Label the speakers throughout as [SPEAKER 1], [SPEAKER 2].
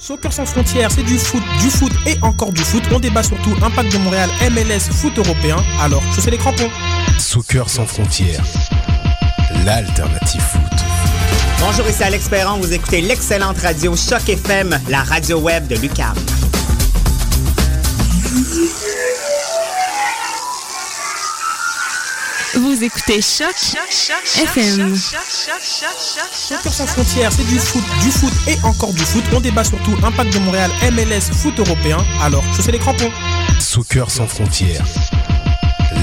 [SPEAKER 1] Soccer sans frontières, c'est du foot, du foot et encore du foot. On débat surtout impact de Montréal, MLS, foot européen. Alors, je sais les crampons.
[SPEAKER 2] Soccer sans frontières, l'alternative foot.
[SPEAKER 3] Bonjour, ici Alex Perron. Vous écoutez l'excellente radio Choc FM, la radio web de Lucam.
[SPEAKER 4] Vous écoutez Choc FM.
[SPEAKER 1] Soccer sans frontières, c'est du foot, du foot et encore du foot. On débat surtout impact de Montréal, MLS, foot européen. Alors, je sais les crampons.
[SPEAKER 2] Soccer sans frontières,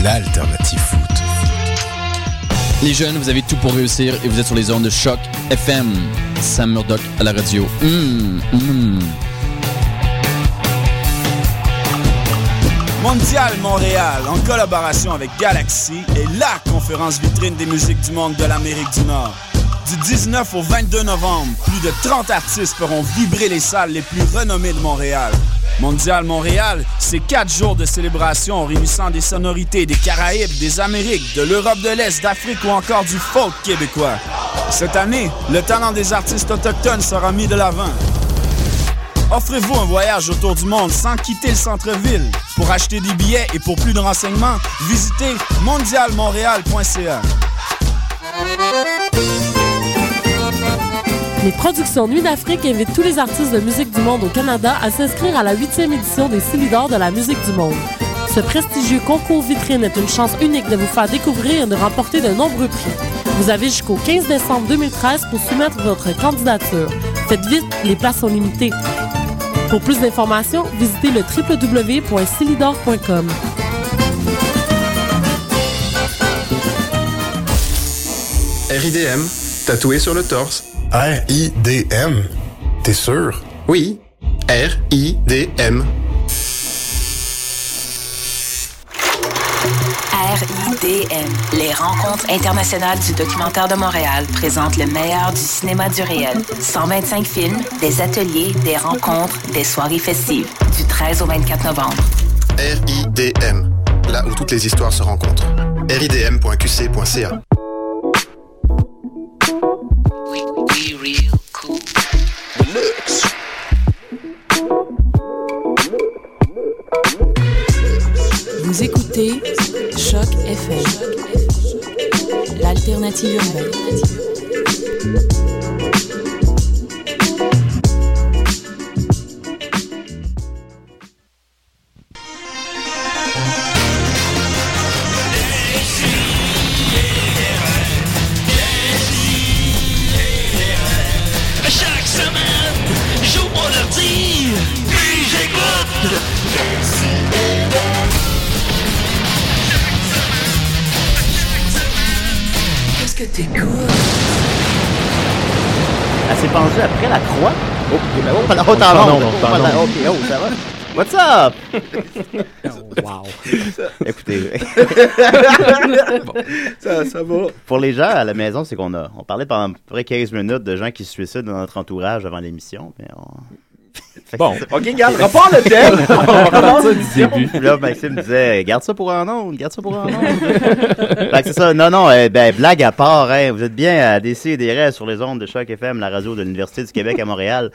[SPEAKER 2] l'alternative foot.
[SPEAKER 5] Les jeunes, vous avez tout pour réussir et vous êtes sur les zones de choc FM. Sam Murdoch à la radio. Hum, hum.
[SPEAKER 6] Mondial Montréal, en collaboration avec Galaxy, est la conférence vitrine des musiques du monde de l'Amérique du Nord. Du 19 au 22 novembre, plus de 30 artistes feront vibrer les salles les plus renommées de Montréal. Mondial Montréal, c'est quatre jours de célébration réunissant des sonorités des Caraïbes, des Amériques, de l'Europe de l'Est, d'Afrique ou encore du folk québécois. Cette année, le talent des artistes autochtones sera mis de l'avant. Offrez-vous un voyage autour du monde sans quitter le centre-ville. Pour acheter des billets et pour plus de renseignements, visitez mondialmontréal.ca.
[SPEAKER 7] Les productions Nuit d'Afrique invitent tous les artistes de musique du monde au Canada à s'inscrire à la huitième édition des Silidors de la musique du monde. Ce prestigieux concours vitrine est une chance unique de vous faire découvrir et de remporter de nombreux prix. Vous avez jusqu'au 15 décembre 2013 pour soumettre votre candidature. Faites vite, les places sont limitées. Pour plus d'informations, visitez le www.silidor.com.
[SPEAKER 8] RIDM, tatoué sur le torse.
[SPEAKER 2] R-I-D-M, t'es sûr?
[SPEAKER 8] Oui, R-I-D-M.
[SPEAKER 9] RIDM, les rencontres internationales du documentaire de Montréal présentent le meilleur du cinéma du réel. 125 films, des ateliers, des rencontres, des soirées festives du 13 au 24 novembre.
[SPEAKER 8] RIDM, là où toutes les histoires se rencontrent. RIDM.qc.ca.
[SPEAKER 10] Vous écoutez Choc FM, l'alternative urbaine.
[SPEAKER 11] Chaque semaine, j'ouvre mon ordi, puis j'écoute.
[SPEAKER 12] Qu'est-ce que t'écoutes?
[SPEAKER 13] Elle s'est pendue après la croix. Oh, ben oh,
[SPEAKER 14] On
[SPEAKER 13] oh,
[SPEAKER 14] t'en
[SPEAKER 13] pardon,
[SPEAKER 14] onde, on
[SPEAKER 13] oh,
[SPEAKER 14] t'en
[SPEAKER 13] pardon.
[SPEAKER 14] onde.
[SPEAKER 13] Ok, oh, ça va. What's up?
[SPEAKER 14] wow.
[SPEAKER 13] Écoutez,
[SPEAKER 14] Bon, ça- ça va.
[SPEAKER 13] pour les gens à la maison, c'est qu'on a, Euh, on parlait pendant à peu près 15 minutes de gens qui se suicident dans notre entourage avant l'émission, mais on...
[SPEAKER 15] Bon.
[SPEAKER 13] ok,
[SPEAKER 15] garde, repars le thème. On va repartir du début.
[SPEAKER 13] Puis là, Maxime disait, garde ça pour un onde, garde ça pour un onde. fait que c'est ça, non, non, euh, ben, blague à part, hein, vous êtes bien à DC des restes sur les ondes de Choc FM, la radio de l'Université du Québec à Montréal.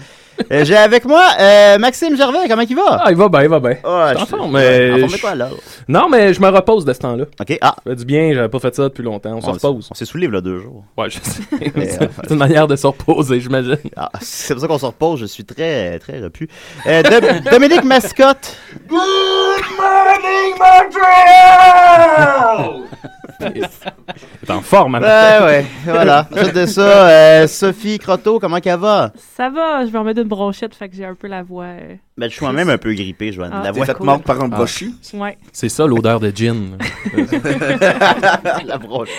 [SPEAKER 13] Euh, J'ai avec moi euh, Maxime Gervais, comment il va?
[SPEAKER 16] Ah, il va bien, il va bien.
[SPEAKER 13] Ah,
[SPEAKER 16] Je suis
[SPEAKER 13] je-
[SPEAKER 16] en forme, mais
[SPEAKER 13] en forme de
[SPEAKER 16] je-
[SPEAKER 13] quoi, là?
[SPEAKER 16] Non, mais je me repose de ce temps-là.
[SPEAKER 13] OK, ah.
[SPEAKER 16] Ça fait du bien, j'avais pas fait ça depuis longtemps. On, se
[SPEAKER 13] On s-
[SPEAKER 16] repose.
[SPEAKER 13] On s'est soulève là deux jours.
[SPEAKER 16] Ouais, je sais.
[SPEAKER 13] Mais,
[SPEAKER 16] C'est
[SPEAKER 13] euh,
[SPEAKER 16] une manière de se reposer, j'imagine.
[SPEAKER 13] Ah, c'est pour ça qu'on se repose, je suis très, très repu. Euh, Do- Dominique Mascotte.
[SPEAKER 11] Good morning, Montreal!
[SPEAKER 16] T'es en forme, hein,
[SPEAKER 13] Ouais, ouais, voilà. Ensuite de ça, euh, Sophie Croteau, comment qu'elle va?
[SPEAKER 17] Ça va, je me remets d'une bronchette, fait que j'ai un peu la voix. euh,
[SPEAKER 13] Ben, je suis moi-même un peu grippé, Joanne.
[SPEAKER 17] Ah,
[SPEAKER 13] La voix
[SPEAKER 17] T'es faite
[SPEAKER 13] cool.
[SPEAKER 17] mordre par un brochu? Ouais.
[SPEAKER 16] C'est ça l'odeur de gin.
[SPEAKER 13] La brochette.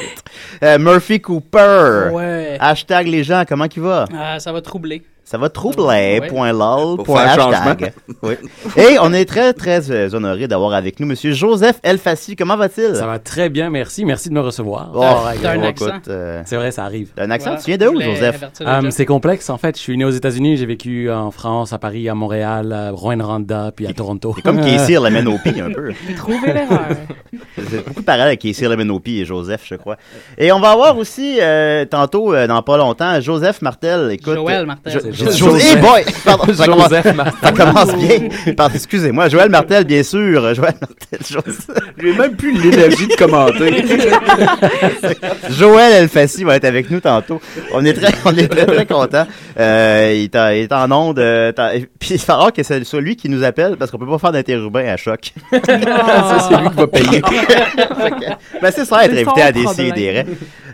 [SPEAKER 13] Euh, Murphy Cooper.
[SPEAKER 18] Ouais.
[SPEAKER 13] Hashtag les gens, comment qu'il va?
[SPEAKER 18] Ah, ça va troubler.
[SPEAKER 13] Ça va troubler,
[SPEAKER 18] Ouais.
[SPEAKER 13] point lol,
[SPEAKER 18] Pour
[SPEAKER 13] point
[SPEAKER 18] faire
[SPEAKER 13] hashtag. Oui. Et on est très, très euh, honoré d'avoir avec nous Monsieur Joseph Elfassi. Comment va-t-il?
[SPEAKER 19] Ça va très bien, merci. Merci de me recevoir.
[SPEAKER 13] Oh, Ah, t'as un écoute, accent.
[SPEAKER 19] C'est vrai, ça arrive.
[SPEAKER 13] T'as un accent. Tu viens de où, Joseph?
[SPEAKER 19] Hum, c'est complexe, en fait. Je suis né aux États-Unis, j'ai vécu en France, à Paris, à Montréal, à Rwanda, puis à Toronto. C'est
[SPEAKER 13] comme Casey ramène au pied un peu.
[SPEAKER 17] Trouvez l'erreur.
[SPEAKER 13] C'est beaucoup de parallèles avec Casey Lemenopi et Joseph, je crois. Et on va avoir aussi, euh, tantôt, euh, dans pas longtemps, Joseph Martel. Écoute,
[SPEAKER 18] Joël Martel.
[SPEAKER 13] Jo-
[SPEAKER 18] C'est
[SPEAKER 13] J'ai dit Joseph. Hey boy! Pardon, ça commence,
[SPEAKER 15] Joseph Martel.
[SPEAKER 13] ça commence bien. Pardon, excusez-moi, Joël Martel, bien sûr. Joël Martel, Joseph.
[SPEAKER 15] J'ai même plus l'énergie de commenter.
[SPEAKER 13] Joël Elfassi va être avec nous tantôt. On est très, on est très, très contents. Euh, il, est en- il est en onde. euh, t'en- puis il va falloir que ce soit lui qui nous appelle parce qu'on peut pas faire d'interurbain à choc.
[SPEAKER 15] Ça,
[SPEAKER 7] Ah,
[SPEAKER 15] c'est lui qui va payer.
[SPEAKER 13] ben, c'est ça, être
[SPEAKER 16] C'est
[SPEAKER 13] invité
[SPEAKER 16] son
[SPEAKER 13] à décider.
[SPEAKER 16] problème.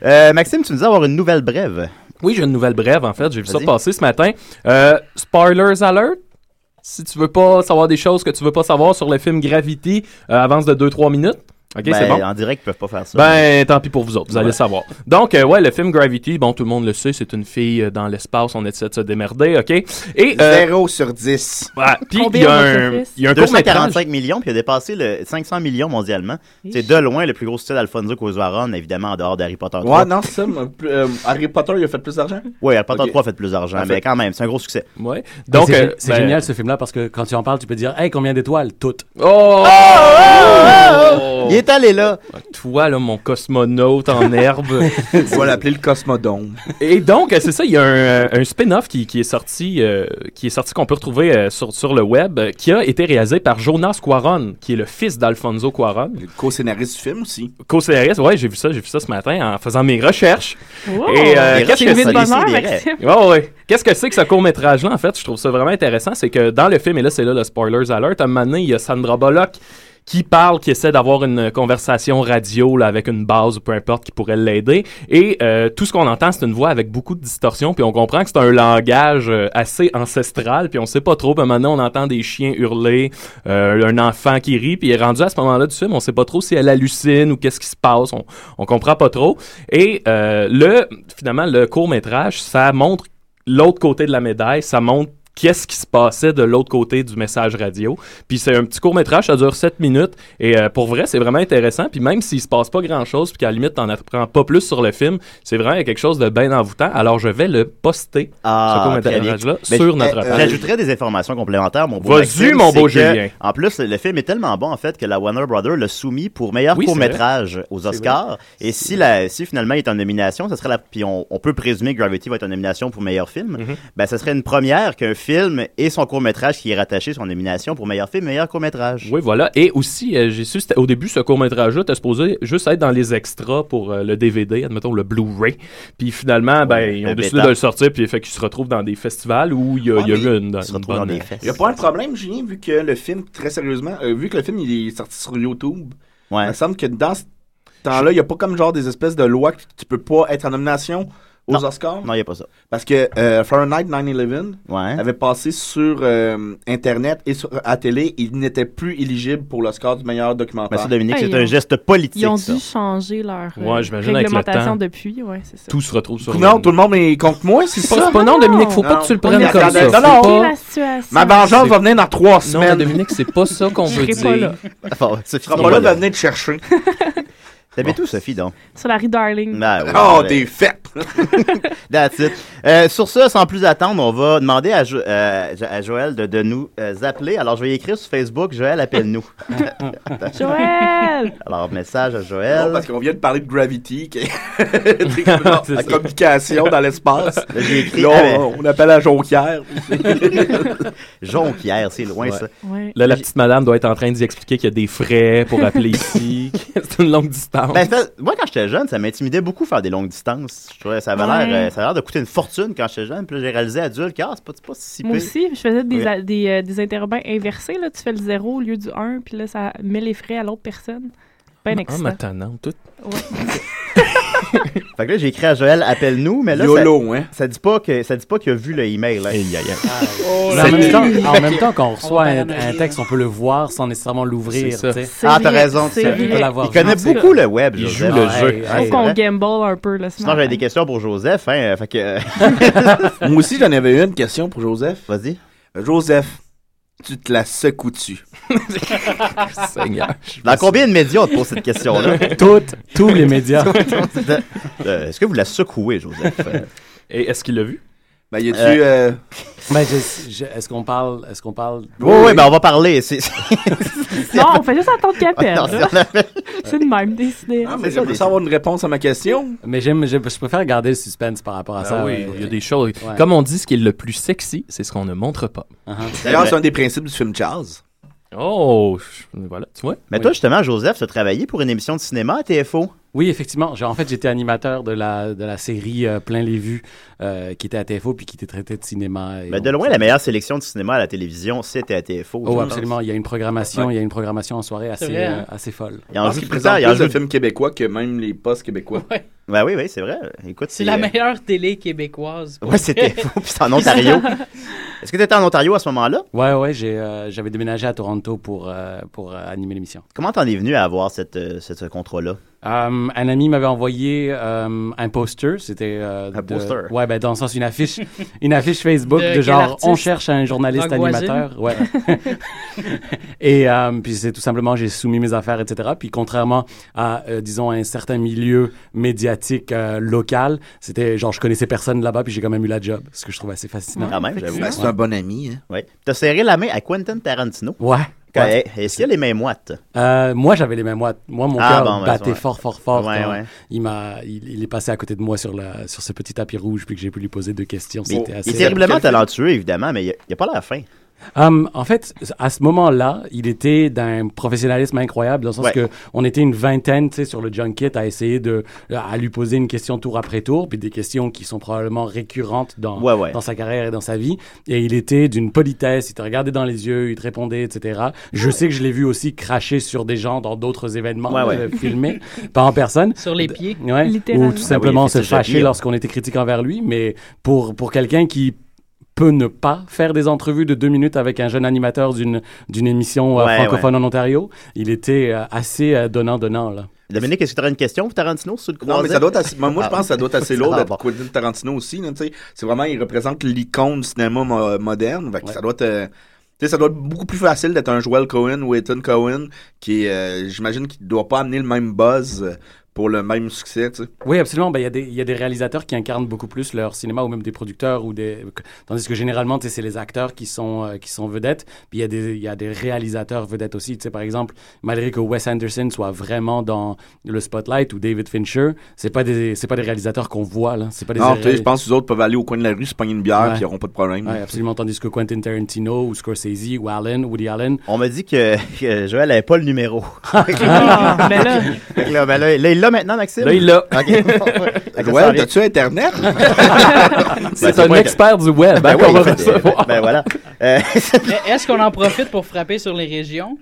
[SPEAKER 13] Euh, Maxime, tu nous as avoir une nouvelle brève.
[SPEAKER 16] Oui, j'ai une nouvelle brève, en fait. J'ai vu ça
[SPEAKER 13] Vas-y.
[SPEAKER 16] passer ce matin. Euh, spoilers alert! Si tu veux pas savoir des choses que tu veux pas savoir sur le film Gravity, euh, avance de 2-3 minutes. OK,
[SPEAKER 13] Ben,
[SPEAKER 16] c'est bon?
[SPEAKER 13] En direct, ils peuvent pas faire ça.
[SPEAKER 16] Ben, tant pis pour vous autres, vous allez
[SPEAKER 13] Ouais.
[SPEAKER 16] savoir. Donc, euh, ouais, le film Gravity, bon, tout le monde le sait, c'est une fille euh, dans l'espace, on essaie de se démerder, OK? Et,
[SPEAKER 13] 0 sur 10.
[SPEAKER 16] Ouais, Bah, puis il y a un, il y a un court-métrage.
[SPEAKER 13] 245 millions, puis il a dépassé le 500 millions mondialement. C'est de loin le plus gros succès d'Alfonso Cuarón, évidemment, en dehors d'Harry Potter 3.
[SPEAKER 15] Ouais, non, c'est ça. mais, euh, Harry Potter, il a fait plus d'argent?
[SPEAKER 13] Oui, Harry Potter
[SPEAKER 15] Ok.
[SPEAKER 13] 3 a fait plus d'argent,
[SPEAKER 15] En fait-
[SPEAKER 13] mais quand même, c'est un gros succès.
[SPEAKER 16] Ouais.
[SPEAKER 19] c'est
[SPEAKER 16] euh,
[SPEAKER 19] gé- c'est
[SPEAKER 16] ben
[SPEAKER 19] génial ce film-là parce que quand tu en parles, tu peux dire Hey, combien d'étoiles Toutes.
[SPEAKER 16] Oh!
[SPEAKER 13] Il est allé là.
[SPEAKER 16] Ah, Toi, là, mon cosmonaute en herbe.
[SPEAKER 15] On va l'appeler le Cosmodome.
[SPEAKER 16] Et donc, euh, c'est ça, il y a un, euh, un spin-off qui, qui est sorti, euh, qui est sorti qu'on peut retrouver euh, sur, sur le web, euh, qui a été réalisé par Jonas Cuaron, qui est le fils d'Alfonso Cuaron.
[SPEAKER 15] Co-scénariste du film aussi.
[SPEAKER 16] Co-scénariste, ouais, j'ai vu ça, j'ai vu ça ce matin en faisant mes recherches.
[SPEAKER 15] Wow!
[SPEAKER 16] Et euh,
[SPEAKER 15] Les
[SPEAKER 16] qu'est-ce que c'est
[SPEAKER 15] recherches de bonheur, Maxime.
[SPEAKER 16] Ouais, ouais. Qu'est-ce que c'est que ce court-métrage-là, en fait? Je trouve ça vraiment intéressant. C'est que dans le film, et là, c'est là le spoilers alert, à un moment donné, il y a Sandra Bullock qui parle, qui essaie d'avoir une conversation radio là, avec une base ou peu importe qui pourrait l'aider. Et euh, tout ce qu'on entend, c'est une voix avec beaucoup de distorsion, puis on comprend que c'est un langage euh, assez ancestral, puis on sait pas trop. Puis maintenant, on entend des chiens hurler, euh, un enfant qui rit, puis il est rendu à ce moment-là du film, on sait pas trop si elle hallucine ou qu'est-ce qui se passe, on, on comprend pas trop. Et euh, le, finalement, le court-métrage, ça montre l'autre côté de la médaille, ça montre qu'est-ce qui se passait de l'autre côté du message radio. Puis c'est un petit court-métrage, ça dure 7 minutes, et euh, pour vrai, c'est vraiment intéressant. Puis même s'il se passe pas grand-chose, puis qu'à la limite, t'en apprends pas plus sur le film, c'est vraiment quelque chose de bien envoûtant. Alors je vais le poster,
[SPEAKER 13] Ah,
[SPEAKER 16] ce
[SPEAKER 13] très bien.
[SPEAKER 16] court-métrage-là,
[SPEAKER 13] Ben,
[SPEAKER 16] sur
[SPEAKER 13] je-
[SPEAKER 16] notre
[SPEAKER 13] euh,
[SPEAKER 16] page.
[SPEAKER 13] J'ajouterais des informations complémentaires, mon beau
[SPEAKER 16] Vas-y,
[SPEAKER 13] Maxime,
[SPEAKER 16] mon beau
[SPEAKER 13] c'est que,
[SPEAKER 16] Julien.
[SPEAKER 13] En plus, le film est tellement bon, en fait, que la Warner Brothers l'a soumis pour meilleur
[SPEAKER 16] Oui, c'est
[SPEAKER 13] court-métrage
[SPEAKER 16] vrai.
[SPEAKER 13] aux
[SPEAKER 16] C'est
[SPEAKER 13] Oscars.
[SPEAKER 16] vrai.
[SPEAKER 13] Et si, la, si finalement il est en nomination, ça serait la, puis on, on peut présumer que Gravity va être en nomination pour meilleur film, ben, ça serait une première qu'un film et son court-métrage qui est rattaché sont en nomination pour meilleur film, meilleur court-métrage.
[SPEAKER 16] Oui, voilà. Et aussi, euh, j'ai su, c'était- au début, ce court-métrage-là était supposé juste être dans les extras pour euh, le DVD, admettons le Blu-ray. Puis finalement, ben, ils ont
[SPEAKER 15] le
[SPEAKER 16] décidé
[SPEAKER 15] bêta.
[SPEAKER 16] de le sortir, puis fait qu'il se retrouve dans des festivals où il y a, il y a eu une. une bonne-
[SPEAKER 15] Il n'y a pas un problème, Julien, vu que le film, très sérieusement, euh, vu que le film il est sorti sur YouTube, il me semble que dans ce temps-là, il n'y a pas comme genre des espèces de lois que tu peux pas être en nomination aux Oscars.
[SPEAKER 13] Non, il n'y a pas ça.
[SPEAKER 15] Parce que euh, Fahrenheit 9-11
[SPEAKER 13] Ouais.
[SPEAKER 15] avait passé sur euh, Internet et sur, à télé, il n'était plus éligible pour l'Oscar du meilleur documentaire.
[SPEAKER 13] Ben, ça, Dominique,
[SPEAKER 17] Ah,
[SPEAKER 13] c'est
[SPEAKER 17] ils
[SPEAKER 13] un
[SPEAKER 17] ont-
[SPEAKER 13] geste politique.
[SPEAKER 17] Ils ont
[SPEAKER 13] ça.
[SPEAKER 17] dû changer leur euh,
[SPEAKER 16] Ouais, j'imagine avec le
[SPEAKER 17] réglementation
[SPEAKER 16] temps,
[SPEAKER 17] depuis. Ouais, c'est ça.
[SPEAKER 16] Tout se retrouve sur.
[SPEAKER 15] Non, tout le monde est contre moi, c'est
[SPEAKER 16] Pas-
[SPEAKER 15] ça?
[SPEAKER 16] c'est pas non, Dominique, faut pas que tu le
[SPEAKER 15] on
[SPEAKER 16] prennes
[SPEAKER 15] est
[SPEAKER 16] comme
[SPEAKER 15] regardé-
[SPEAKER 16] ça.
[SPEAKER 15] Non,
[SPEAKER 16] Faut
[SPEAKER 15] non.
[SPEAKER 16] pas-
[SPEAKER 15] Ma vengeance
[SPEAKER 16] C'est-
[SPEAKER 15] va venir dans trois
[SPEAKER 16] Non, mais
[SPEAKER 15] semaines.
[SPEAKER 16] Dominique, c'est pas ça qu'on
[SPEAKER 17] Je
[SPEAKER 16] veut
[SPEAKER 17] serai pas là.
[SPEAKER 16] dire.
[SPEAKER 13] Enfin, ce
[SPEAKER 15] Tu seras
[SPEAKER 13] film-
[SPEAKER 15] pas là, va venir te chercher.
[SPEAKER 13] T'avais tout, Sophie, donc.
[SPEAKER 17] Sur la rue Darling.
[SPEAKER 13] Ah, oui,
[SPEAKER 15] Oh,
[SPEAKER 13] voilà.
[SPEAKER 15] t'es fait!
[SPEAKER 13] That's it. Euh, sur ce, sans plus attendre, on va demander à, Jo- euh, à Joël de, de nous euh, appeler. Alors, je vais écrire sur Facebook Joël, appelle-nous.
[SPEAKER 17] Joël!
[SPEAKER 13] Alors, message à Joël.
[SPEAKER 15] Non, parce qu'on vient de parler de Gravity, qui est des commun- la communication dans l'espace.
[SPEAKER 13] J'ai écrit,
[SPEAKER 15] Là,
[SPEAKER 13] ah,
[SPEAKER 15] on, on appelle à Jonquière.
[SPEAKER 13] Jonquière, c'est loin, ça.
[SPEAKER 17] Ouais.
[SPEAKER 16] Là, la petite madame doit être en train d'y expliquer qu'il y a des frais pour appeler ici. c'est une longue distance.
[SPEAKER 13] Ben, ça- moi, quand j'étais jeune, ça m'intimidait beaucoup faire des longues distances. Je trouvais ça avait l'air,
[SPEAKER 17] Ouais.
[SPEAKER 13] euh, ça avait l'air de coûter une fortune quand j'étais jeune. Puis là, j'ai réalisé adulte que ah, c'est pas, c'est pas si
[SPEAKER 17] Moi
[SPEAKER 13] pire.
[SPEAKER 17] aussi, je faisais des,
[SPEAKER 13] Oui.
[SPEAKER 17] a- des, euh, des interurbains inversés. Là. Tu fais le 0 au lieu du 1, puis là, ça met les frais à l'autre personne. Ben
[SPEAKER 16] Ah,
[SPEAKER 17] excitant.
[SPEAKER 16] mais attends, non, tout.
[SPEAKER 13] Fait que là, j'ai écrit à Joël, appelle-nous, mais là,
[SPEAKER 15] YOLO,
[SPEAKER 13] ça, ça dit pas que ça dit pas qu'il a vu le email. hein.
[SPEAKER 19] Mais en, même
[SPEAKER 16] Ben,
[SPEAKER 19] temps, en même temps, quand on reçoit un, un texte, on peut le voir sans nécessairement l'ouvrir.
[SPEAKER 13] C'est ça.
[SPEAKER 19] tu sais.
[SPEAKER 13] Ah, t'as raison. tu sais.
[SPEAKER 19] On peut l'avoir
[SPEAKER 13] Il connaît
[SPEAKER 19] vu, tu sais.
[SPEAKER 13] beaucoup le web.
[SPEAKER 19] Il
[SPEAKER 13] Joseph.
[SPEAKER 19] joue le
[SPEAKER 13] Ah,
[SPEAKER 19] jeu.
[SPEAKER 13] hey,
[SPEAKER 17] Faut
[SPEAKER 13] hey,
[SPEAKER 17] qu'on
[SPEAKER 13] vrai.
[SPEAKER 17] gamble un peu. Là, ce
[SPEAKER 13] Sinon,
[SPEAKER 17] matin.
[SPEAKER 13] j'avais des questions pour Joseph. Hein, fait que...
[SPEAKER 15] Moi aussi, j'en avais une question pour Joseph.
[SPEAKER 13] Vas-y.
[SPEAKER 15] Joseph, tu te la secoues-tu?
[SPEAKER 16] Seigneur.
[SPEAKER 13] Dans combien de médias on te pose cette question-là?
[SPEAKER 19] Toutes, tous les médias.
[SPEAKER 13] Euh, Est-ce que vous la secouez, Joseph?
[SPEAKER 16] Et est-ce qu'il l'a vu?
[SPEAKER 15] Ben, y a-tu.
[SPEAKER 13] Euh.
[SPEAKER 15] euh,
[SPEAKER 19] Ben, je- je- est-ce qu'on parle, est-ce qu'on parle
[SPEAKER 13] Oui, oui, ben on va parler. C'est
[SPEAKER 17] Non, on fait juste attendre qu'il appelle.
[SPEAKER 19] Ah, non,
[SPEAKER 17] là.
[SPEAKER 19] si on appelle-
[SPEAKER 17] C'est de même, décidé.
[SPEAKER 15] mais j'aimerais savoir une réponse à ma question.
[SPEAKER 19] Mais j'aime, je, je préfère garder le suspense par rapport à
[SPEAKER 16] Ah
[SPEAKER 19] ça.
[SPEAKER 16] oui,
[SPEAKER 19] ouais.
[SPEAKER 16] il y a des choses.
[SPEAKER 19] Ouais.
[SPEAKER 16] Comme on dit, ce qui est le plus sexy, c'est ce qu'on ne montre pas.
[SPEAKER 15] D'ailleurs, c'est un des principes du film Jazz.
[SPEAKER 16] Oh, voilà, tu vois.
[SPEAKER 13] Mais
[SPEAKER 19] Oui.
[SPEAKER 13] toi, justement, Joseph, tu as travaillé pour une émission de cinéma à TFO.
[SPEAKER 19] Oui, effectivement. J'ai- en fait, j'étais animateur de la, de la série euh, Plein les vues euh, qui était à TFO puis qui était traitée de cinéma. et
[SPEAKER 13] Mais
[SPEAKER 19] on-
[SPEAKER 13] de loin, la meilleure sélection de cinéma à la télévision, c'était à TFO. je
[SPEAKER 19] Oh,
[SPEAKER 13] pense.
[SPEAKER 19] absolument. Il y a une programmation,
[SPEAKER 13] Ouais.
[SPEAKER 19] il y a une programmation en soirée assez,
[SPEAKER 13] C'est vrai, hein?
[SPEAKER 19] euh, assez folle.
[SPEAKER 13] Il y a un
[SPEAKER 15] qui
[SPEAKER 13] jeu-
[SPEAKER 15] présente
[SPEAKER 13] il y a un
[SPEAKER 15] plus de
[SPEAKER 13] jeu-
[SPEAKER 15] films québécois que même les postes québécois.
[SPEAKER 13] Ben oui, oui, c'est vrai. Écoute,
[SPEAKER 18] C'est la
[SPEAKER 13] euh,
[SPEAKER 18] meilleure télé québécoise.
[SPEAKER 13] Ouais, c'était fou. Puis c'est en Ontario. Est-ce que tu étais en Ontario à ce moment-là?
[SPEAKER 19] Ouais, ouais, j'ai, euh, j'avais déménagé à Toronto pour, euh, pour euh, animer l'émission.
[SPEAKER 13] Comment t'en es venu à avoir cette, euh, cette- ce contrat-là?
[SPEAKER 19] Euh, un ami m'avait envoyé euh, un poster, c'était euh,
[SPEAKER 13] Un
[SPEAKER 19] de-
[SPEAKER 13] poster.
[SPEAKER 19] Ouais, ben dans le sens une affiche, une affiche Facebook
[SPEAKER 18] De
[SPEAKER 19] de,
[SPEAKER 18] quel
[SPEAKER 19] genre
[SPEAKER 18] artiste?
[SPEAKER 19] on cherche un journaliste
[SPEAKER 18] Langue voisine?
[SPEAKER 19] animateur, ouais. et euh, puis c'est tout simplement j'ai soumis mes affaires etc. Puis contrairement à euh, disons un certain milieu médiatique euh, local, c'était genre je connaissais personne là-bas puis j'ai quand même eu la job, ce que je trouve assez fascinant.
[SPEAKER 13] Quand même,
[SPEAKER 15] Ben,
[SPEAKER 13] j'avoue.
[SPEAKER 19] Ouais.
[SPEAKER 13] ami.
[SPEAKER 15] hein.
[SPEAKER 13] Oui. T'as serré la main à Quentin Tarantino.
[SPEAKER 19] Ouais.
[SPEAKER 13] Quand-
[SPEAKER 19] Ouais.
[SPEAKER 13] Est-ce qu'il a les mains moites?
[SPEAKER 19] Euh, moi, j'avais les mêmes moites. Moi, mon
[SPEAKER 13] Ah,
[SPEAKER 19] cœur
[SPEAKER 13] bon, ben,
[SPEAKER 19] battait
[SPEAKER 13] ouais.
[SPEAKER 19] fort, fort, fort.
[SPEAKER 13] Ouais,
[SPEAKER 19] quand
[SPEAKER 13] ouais.
[SPEAKER 19] Il, m'a, il, il est passé à côté de moi sur, la, sur ce petit tapis rouge, puis que j'ai pu lui poser deux questions.
[SPEAKER 13] Il,
[SPEAKER 19] C'était
[SPEAKER 13] il
[SPEAKER 19] assez...
[SPEAKER 13] est terriblement talentueux, évidemment, mais il a- il a pas l'air fin.
[SPEAKER 19] Hum, en fait, à ce moment-là, il était d'un professionnalisme incroyable, dans le sens
[SPEAKER 13] Ouais.
[SPEAKER 19] que on était une vingtaine, tu sais, sur le junket à essayer de, à lui poser une question tour après tour, puis des questions qui sont probablement récurrentes dans,
[SPEAKER 13] Ouais, ouais.
[SPEAKER 19] dans sa carrière et dans sa vie. Et il était d'une politesse, il te regardait dans les yeux, il te répondait, etc. Je sais que je l'ai vu aussi cracher sur des gens dans d'autres événements
[SPEAKER 18] Ouais, ouais.
[SPEAKER 19] euh, filmés, pas en personne.
[SPEAKER 18] Sur les pieds.
[SPEAKER 19] Ouais.
[SPEAKER 18] Littéralement.
[SPEAKER 19] Ou tout simplement
[SPEAKER 18] Ah oui, il
[SPEAKER 19] se
[SPEAKER 18] fait ça
[SPEAKER 19] fâcher
[SPEAKER 18] bien.
[SPEAKER 19] lorsqu'on était critique envers lui, mais pour, pour quelqu'un qui peut ne pas faire des entrevues de deux minutes avec un jeune animateur d'une, d'une émission euh,
[SPEAKER 13] Ouais,
[SPEAKER 19] francophone
[SPEAKER 13] ouais.
[SPEAKER 19] en Ontario, il était euh, assez euh, donnant-donnant, là.
[SPEAKER 13] Dominique, est-ce que tu aurais une question pour Tarantino sur le
[SPEAKER 15] Non, mais
[SPEAKER 13] croisé?
[SPEAKER 15] ça doit être assez- moi, moi, je
[SPEAKER 13] Ah.
[SPEAKER 15] pense que ça doit être assez lourd
[SPEAKER 13] Ah,
[SPEAKER 15] d'être
[SPEAKER 13] bon.
[SPEAKER 15] Quentin Tarantino aussi. là, tu sais. c'est vraiment, il représente l'icône du cinéma mo- moderne. Fait que ça doit être. euh, tu sais, ça doit être beaucoup plus facile d'être un Joel Cohen ou Ethan Cohen qui, est, euh, j'imagine, qu'il ne doit pas amener le même buzz euh, pour le même succès. tu sais.
[SPEAKER 19] Oui, absolument. Ben, Il y, a des- il y a des réalisateurs qui incarnent beaucoup plus leur cinéma ou même des producteurs ou des. Tandis que généralement, tu sais, c'est les acteurs qui sont, euh, qui sont vedettes. Puis il y, a des- il y a des réalisateurs vedettes aussi. Tu sais, par exemple, malgré que Wes Anderson soit vraiment dans le spotlight ou David Fincher, c'est pas des, c'est pas des réalisateurs qu'on voit, là. C'est pas des
[SPEAKER 15] Non, Ah, tu sais, je pense que les autres peuvent aller au coin de la rue, se pogner une bière,
[SPEAKER 19] Ouais.
[SPEAKER 15] puis ils n'auront pas de problème.
[SPEAKER 19] Ouais, absolument. Tandis que Quentin Tarantino ou Scorsese ou Allen, Woody Allen.
[SPEAKER 13] On m'a dit que, que Joël n'avait pas le numéro.
[SPEAKER 17] Ah,
[SPEAKER 19] mais là-
[SPEAKER 13] Fait que là, ben là, là, il l'a maintenant, Maxime?
[SPEAKER 19] Là, il l'a.
[SPEAKER 13] OK.
[SPEAKER 15] Joël, t'as-tu Internet?
[SPEAKER 16] C'est un expert du web, hein,
[SPEAKER 13] Ben, oui,
[SPEAKER 16] qu'on va
[SPEAKER 13] en fait,
[SPEAKER 16] recevoir.
[SPEAKER 13] euh, ben voilà. Euh,
[SPEAKER 18] Mais Est-ce qu'on en profite pour frapper sur les régions?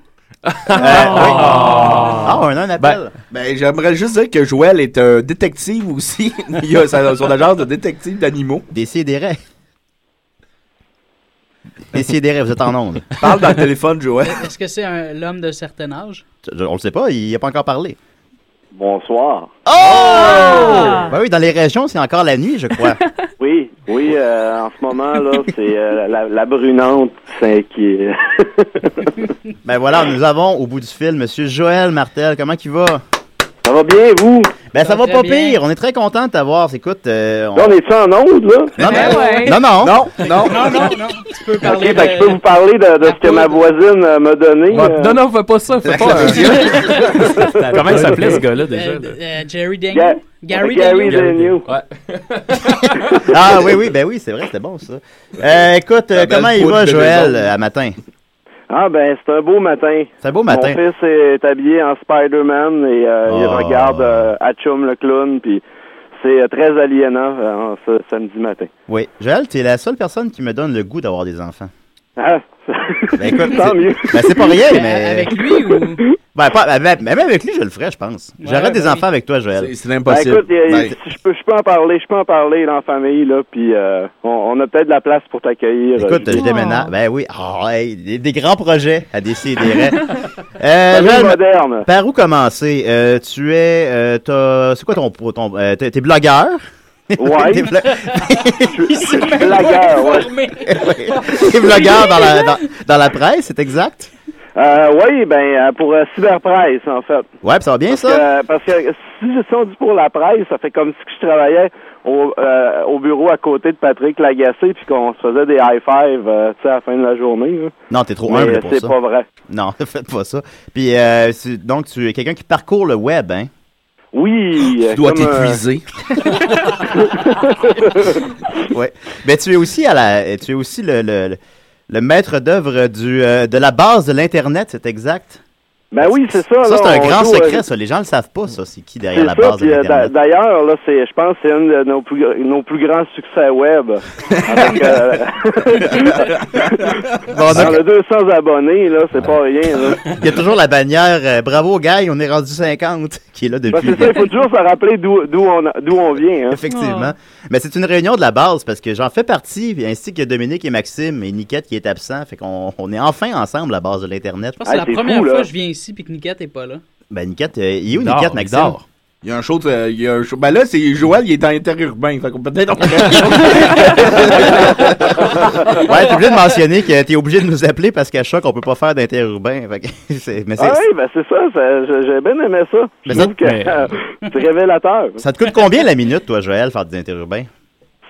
[SPEAKER 13] Ah, on a un appel.
[SPEAKER 15] Ben, j'aimerais juste dire que Joël est un détective aussi. Il a sa- son agence de détective d'animaux.
[SPEAKER 13] Décidérez. Décidérez, vous êtes en onde.
[SPEAKER 15] Parle dans le téléphone, Joël.
[SPEAKER 18] Est-ce que c'est un- l'homme d'un certain âge?
[SPEAKER 13] On le sait pas, il n'a pas encore parlé. Oh!
[SPEAKER 20] Bonsoir.
[SPEAKER 13] Ben oui, dans les régions, c'est encore la nuit, je crois.
[SPEAKER 20] Oui, oui, euh, en ce moment, là, c'est euh, la, la brunante c'est- qui est...
[SPEAKER 13] ben voilà, nous avons au bout du fil Monsieur Joël Martel. Comment il va?
[SPEAKER 20] Ça va bien, vous?
[SPEAKER 13] Ben ça
[SPEAKER 20] Ça va
[SPEAKER 13] va pas
[SPEAKER 20] très bien.
[SPEAKER 13] pire. On est très content de t'avoir. Écoute, euh, on...
[SPEAKER 20] Là, on est-tu en onde, là?
[SPEAKER 13] Non, non, Ah, ben non, non.
[SPEAKER 20] non.
[SPEAKER 18] Non, non, non. Tu peux
[SPEAKER 20] OK,
[SPEAKER 18] parler.
[SPEAKER 7] ben,
[SPEAKER 18] euh,
[SPEAKER 20] fait que je peux vous parler de, de ce que ma voisine euh, m'a donné. euh.
[SPEAKER 16] Non, non, fais pas ça, fais pas. euh, Comment il s'appelait, ce gars-là, déjà?
[SPEAKER 18] Euh,
[SPEAKER 16] là?
[SPEAKER 18] euh, Jerry Daniel?
[SPEAKER 20] Ga-
[SPEAKER 18] Gary,
[SPEAKER 20] Gary
[SPEAKER 18] Daniel?
[SPEAKER 20] Daniel.
[SPEAKER 13] Ah oui, oui, ben oui, c'est vrai, c'était bon ça. Euh, écoute, euh,
[SPEAKER 20] La belle
[SPEAKER 13] comment il
[SPEAKER 20] poudre
[SPEAKER 13] va
[SPEAKER 20] de
[SPEAKER 13] Joël
[SPEAKER 20] maison.
[SPEAKER 13] euh, à matin?
[SPEAKER 20] Ah ben, c'est un beau matin.
[SPEAKER 13] C'est un beau matin.
[SPEAKER 20] Mon fils est habillé en Spider-Man et euh, il
[SPEAKER 13] Oh.
[SPEAKER 20] regarde euh, Hatchum le clown, puis c'est euh, très aliénant euh, en ce samedi matin.
[SPEAKER 13] Oui. Joël, t'es la seule personne qui me donne le goût d'avoir des enfants.
[SPEAKER 20] Ah,
[SPEAKER 13] Ben écoute,
[SPEAKER 20] Tant
[SPEAKER 13] c'est-
[SPEAKER 20] mieux.
[SPEAKER 13] ben, c'est pas rien, mais...
[SPEAKER 20] Avec
[SPEAKER 18] euh, lui ou...
[SPEAKER 13] Ben, pas, ben, ben, même avec lui, je le ferais, je pense. J'aurais des
[SPEAKER 20] ben
[SPEAKER 13] enfants avec toi, Joël. C'est
[SPEAKER 20] Ben, écoute, il y a- si je peux, je peux en parler, je peux en parler dans la famille, là, puis euh, on, on a peut-être de la place pour t'accueillir. euh,
[SPEAKER 13] Écoute, je
[SPEAKER 20] Julie.
[SPEAKER 13] déménage. Ben oui, Ah, hey, des, des grands projets à décider. euh,
[SPEAKER 20] Famille
[SPEAKER 13] Joël,
[SPEAKER 20] moderne.
[SPEAKER 13] Par où commencer? Euh, tu es... euh, t'as- c'est quoi ton... pro- ton euh, t'es, t'es blogueur?
[SPEAKER 20] Ouais.
[SPEAKER 13] T'es blo-
[SPEAKER 20] je suis blagueur, ouais.
[SPEAKER 13] t'es blogueur dans la, dans, dans la presse, c'est exact?
[SPEAKER 20] Euh, oui, ben, euh, pour euh, Cyberpresse, en fait.
[SPEAKER 13] Ouais, pis ça va bien,
[SPEAKER 20] Parce
[SPEAKER 13] ça?
[SPEAKER 20] que- parce que si je suis pour la presse, ça fait comme si que je travaillais au, euh, au bureau à côté de Patrick Lagacé puis qu'on se faisait des high five euh, tu sais, à la fin de la journée. là.
[SPEAKER 13] Non, t'es trop
[SPEAKER 20] Mais,
[SPEAKER 13] humble
[SPEAKER 20] euh,
[SPEAKER 13] pour ça.
[SPEAKER 20] c'est pas vrai.
[SPEAKER 13] Non, faites pas ça. Puis, euh, c'est- donc, tu es quelqu'un qui parcourt le web, hein?
[SPEAKER 20] Oui.
[SPEAKER 13] Tu dois
[SPEAKER 20] comme, euh,
[SPEAKER 13] t'épuiser. ouais. Mais tu es aussi à la, tu es aussi le, le, le- le maître d'œuvre du euh, de la base de l'internet, c'est exact.
[SPEAKER 20] Ben oui, c'est ça.
[SPEAKER 13] Ça
[SPEAKER 20] là,
[SPEAKER 13] c'est un
[SPEAKER 20] on
[SPEAKER 13] grand
[SPEAKER 20] joue,
[SPEAKER 13] secret,
[SPEAKER 20] euh,
[SPEAKER 13] ça. Les gens le savent pas, ça. C'est qui
[SPEAKER 20] C'est
[SPEAKER 13] derrière la
[SPEAKER 20] ça,
[SPEAKER 13] base de
[SPEAKER 20] puis, euh, d'a-
[SPEAKER 13] l'internet
[SPEAKER 20] d'ailleurs, là, c'est, je pense que c'est un de nos plus, nos plus grands succès web. Avec, euh,
[SPEAKER 13] Bon, donc-
[SPEAKER 20] dans le 200 abonnés, là, c'est pas rien. Là.
[SPEAKER 13] Il y a toujours la bannière euh, Bravo, Guy, on est rendu 50, qui est là
[SPEAKER 20] Ben,
[SPEAKER 13] depuis.
[SPEAKER 20] c'est ça, il faut toujours se rappeler d'où, d'où, on, a- d'où on vient. hein.
[SPEAKER 13] Effectivement. Mais c'est une réunion de la base parce que j'en fais partie, puis ainsi que Dominique et Maxime et Niquette qui est absent. Fait qu'on on est enfin ensemble à la base de l'Internet.
[SPEAKER 18] Je pense que c'est la première fois que je viens ici puis que Niquette est pas là.
[SPEAKER 13] Ben, Niquette, euh, il est où
[SPEAKER 18] Il dort,
[SPEAKER 13] Niquette,
[SPEAKER 18] il
[SPEAKER 13] Maxime?
[SPEAKER 18] dort.
[SPEAKER 15] Il y a un show, de- il y a un show. Ben là, c'est Joël, il est en interurbain. Fait qu'on peut-être on
[SPEAKER 13] ouais, t'es obligé de mentionner que t'es obligé de nous appeler parce qu'à choc, on peut pas faire d'interurbain. Fait que c'est- mais c'est-
[SPEAKER 20] Ah oui, ben c'est ça, ça- j'ai, j'ai bien aimé ça. Je
[SPEAKER 13] Mais ça-
[SPEAKER 20] trouve que
[SPEAKER 13] mais-
[SPEAKER 20] euh, c'est révélateur.
[SPEAKER 13] Ça te coûte combien la minute, toi, Joël, faire des interurbains?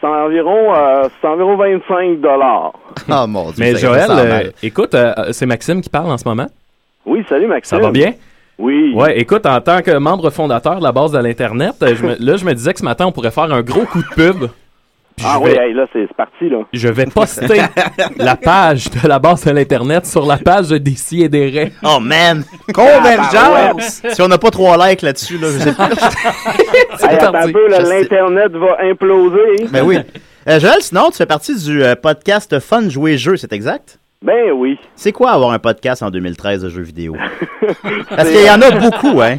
[SPEAKER 20] C'est environ, euh, c'est environ 25 dollars.
[SPEAKER 13] Ah, mon Dieu.
[SPEAKER 16] Mais
[SPEAKER 13] ça-
[SPEAKER 16] Joël,
[SPEAKER 13] ça a
[SPEAKER 16] euh,
[SPEAKER 13] mal.
[SPEAKER 16] écoute, euh, euh, c'est Maxime qui parle en ce moment.
[SPEAKER 20] Oui, salut Maxime.
[SPEAKER 16] Ça va bien?
[SPEAKER 20] Oui.
[SPEAKER 16] Ouais, écoute, en tant que membre fondateur de la base de l'Internet, euh, je me- là, je me disais que ce matin, on pourrait faire un gros coup de pub. Puis
[SPEAKER 20] Ah
[SPEAKER 16] je
[SPEAKER 20] oui,
[SPEAKER 16] vais-
[SPEAKER 20] hey, là, c'est, c'est parti, là.
[SPEAKER 16] Je vais poster la page de la base de l'Internet sur la page de D'ici et des Raies.
[SPEAKER 13] Oh man!
[SPEAKER 20] Convergence!
[SPEAKER 13] si on n'a pas trois likes là-dessus, là, je sais pas.
[SPEAKER 20] Ah, Hey, attends un peu, là,
[SPEAKER 13] Je sais.
[SPEAKER 20] l'Internet va imploser.
[SPEAKER 13] Ben oui. Euh, Joël, sinon, tu fais partie du euh, podcast Fun Jouer Jeu, c'est exact?
[SPEAKER 20] Ben oui.
[SPEAKER 13] C'est quoi avoir un podcast en 2013 de jeux vidéo? Parce qu'il y en a beaucoup, hein?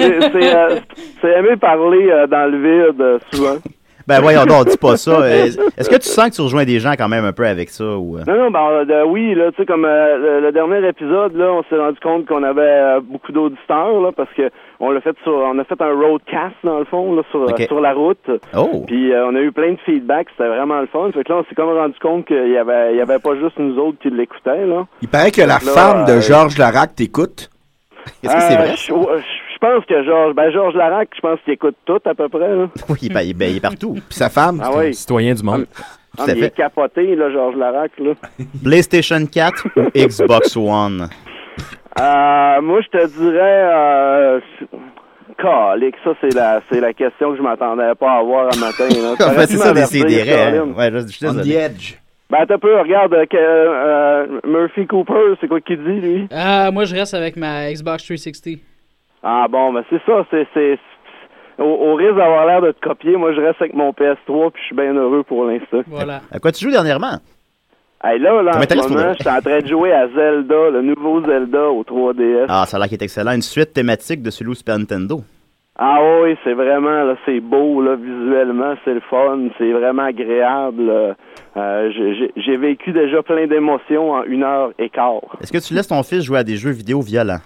[SPEAKER 20] C'est, c'est, euh, c'est aimer parler euh, dans le vide, euh, souvent.
[SPEAKER 13] Ben voyons donc, dis pas ça. Euh, Est-ce que tu sens que tu rejoins des gens quand même un peu avec ça? Ou, euh?
[SPEAKER 20] Non, non, ben, euh, euh, oui, là, tu sais, comme euh, le, le dernier épisode, là, on s'est rendu compte qu'on avait euh, beaucoup d'auditeurs, là, parce que on l'a fait sur, on a fait un roadcast, dans le fond, là, sur, euh,
[SPEAKER 13] Ok.
[SPEAKER 20] sur la route.
[SPEAKER 13] Oh.
[SPEAKER 20] Puis euh, on a eu plein de feedback, c'était vraiment le fun. Fait que là, on s'est comme rendu compte qu'il y avait, il y avait pas juste nous autres qui l'écoutaient, là.
[SPEAKER 15] Il paraît que la
[SPEAKER 20] Là,
[SPEAKER 15] femme de
[SPEAKER 20] euh,
[SPEAKER 15] Georges Larac t'écoute.
[SPEAKER 20] Euh, Je je- je pense que Georges, ben, Georges Larac, je pense qu'il écoute tout, à peu près, là.
[SPEAKER 13] Oui, ben, ben, il est partout.
[SPEAKER 15] Puis sa femme,
[SPEAKER 20] Ah c'est un oui.
[SPEAKER 16] citoyen du monde.
[SPEAKER 20] Ah,
[SPEAKER 13] Tout à
[SPEAKER 20] mais il est
[SPEAKER 13] fait.
[SPEAKER 20] capoté, là, Georges Larac, là.
[SPEAKER 13] PlayStation 4 ou Xbox One?
[SPEAKER 20] Euh, moi, je te dirais, euh, calique, ça, c'est la, c'est la question que je m'attendais pas à avoir un matin. Là.
[SPEAKER 13] En fait, c'est ça, des
[SPEAKER 20] T'aurais pu
[SPEAKER 13] CDR.
[SPEAKER 20] m'avertir,
[SPEAKER 13] hein.
[SPEAKER 20] Caroline.
[SPEAKER 13] Ouais, je je suis désolé.
[SPEAKER 15] edge.
[SPEAKER 20] Ben, t'as peu, regarde, euh, que, euh, Murphy Cooper, c'est quoi qu'il dit, lui?
[SPEAKER 18] Ah, moi, je reste avec ma Xbox 360.
[SPEAKER 20] Ah bon, ben, c'est ça, c'est, c'est, au, au risque d'avoir l'air de te copier, moi, je reste avec mon PS3, puis je suis bien heureux pour l'instant.
[SPEAKER 18] Voilà.
[SPEAKER 13] À quoi tu joues dernièrement?
[SPEAKER 20] Hey, là, là,
[SPEAKER 13] Ça
[SPEAKER 20] en
[SPEAKER 13] m'intéresse
[SPEAKER 20] ce
[SPEAKER 13] pour
[SPEAKER 20] moment,
[SPEAKER 13] vrai.
[SPEAKER 20] je suis en train de jouer à Zelda, le nouveau Zelda au 3DS.
[SPEAKER 13] Ah, ça a l'air qu'il est excellent. Une suite thématique de celui au Super Nintendo.
[SPEAKER 20] Ah oui, c'est vraiment, là, c'est beau, là, visuellement, c'est le fun, c'est vraiment agréable. là. Euh, j'ai- j'ai- J'ai vécu déjà plein d'émotions en une heure et quart.
[SPEAKER 13] Est-ce que tu laisses ton fils jouer à des jeux vidéo violents?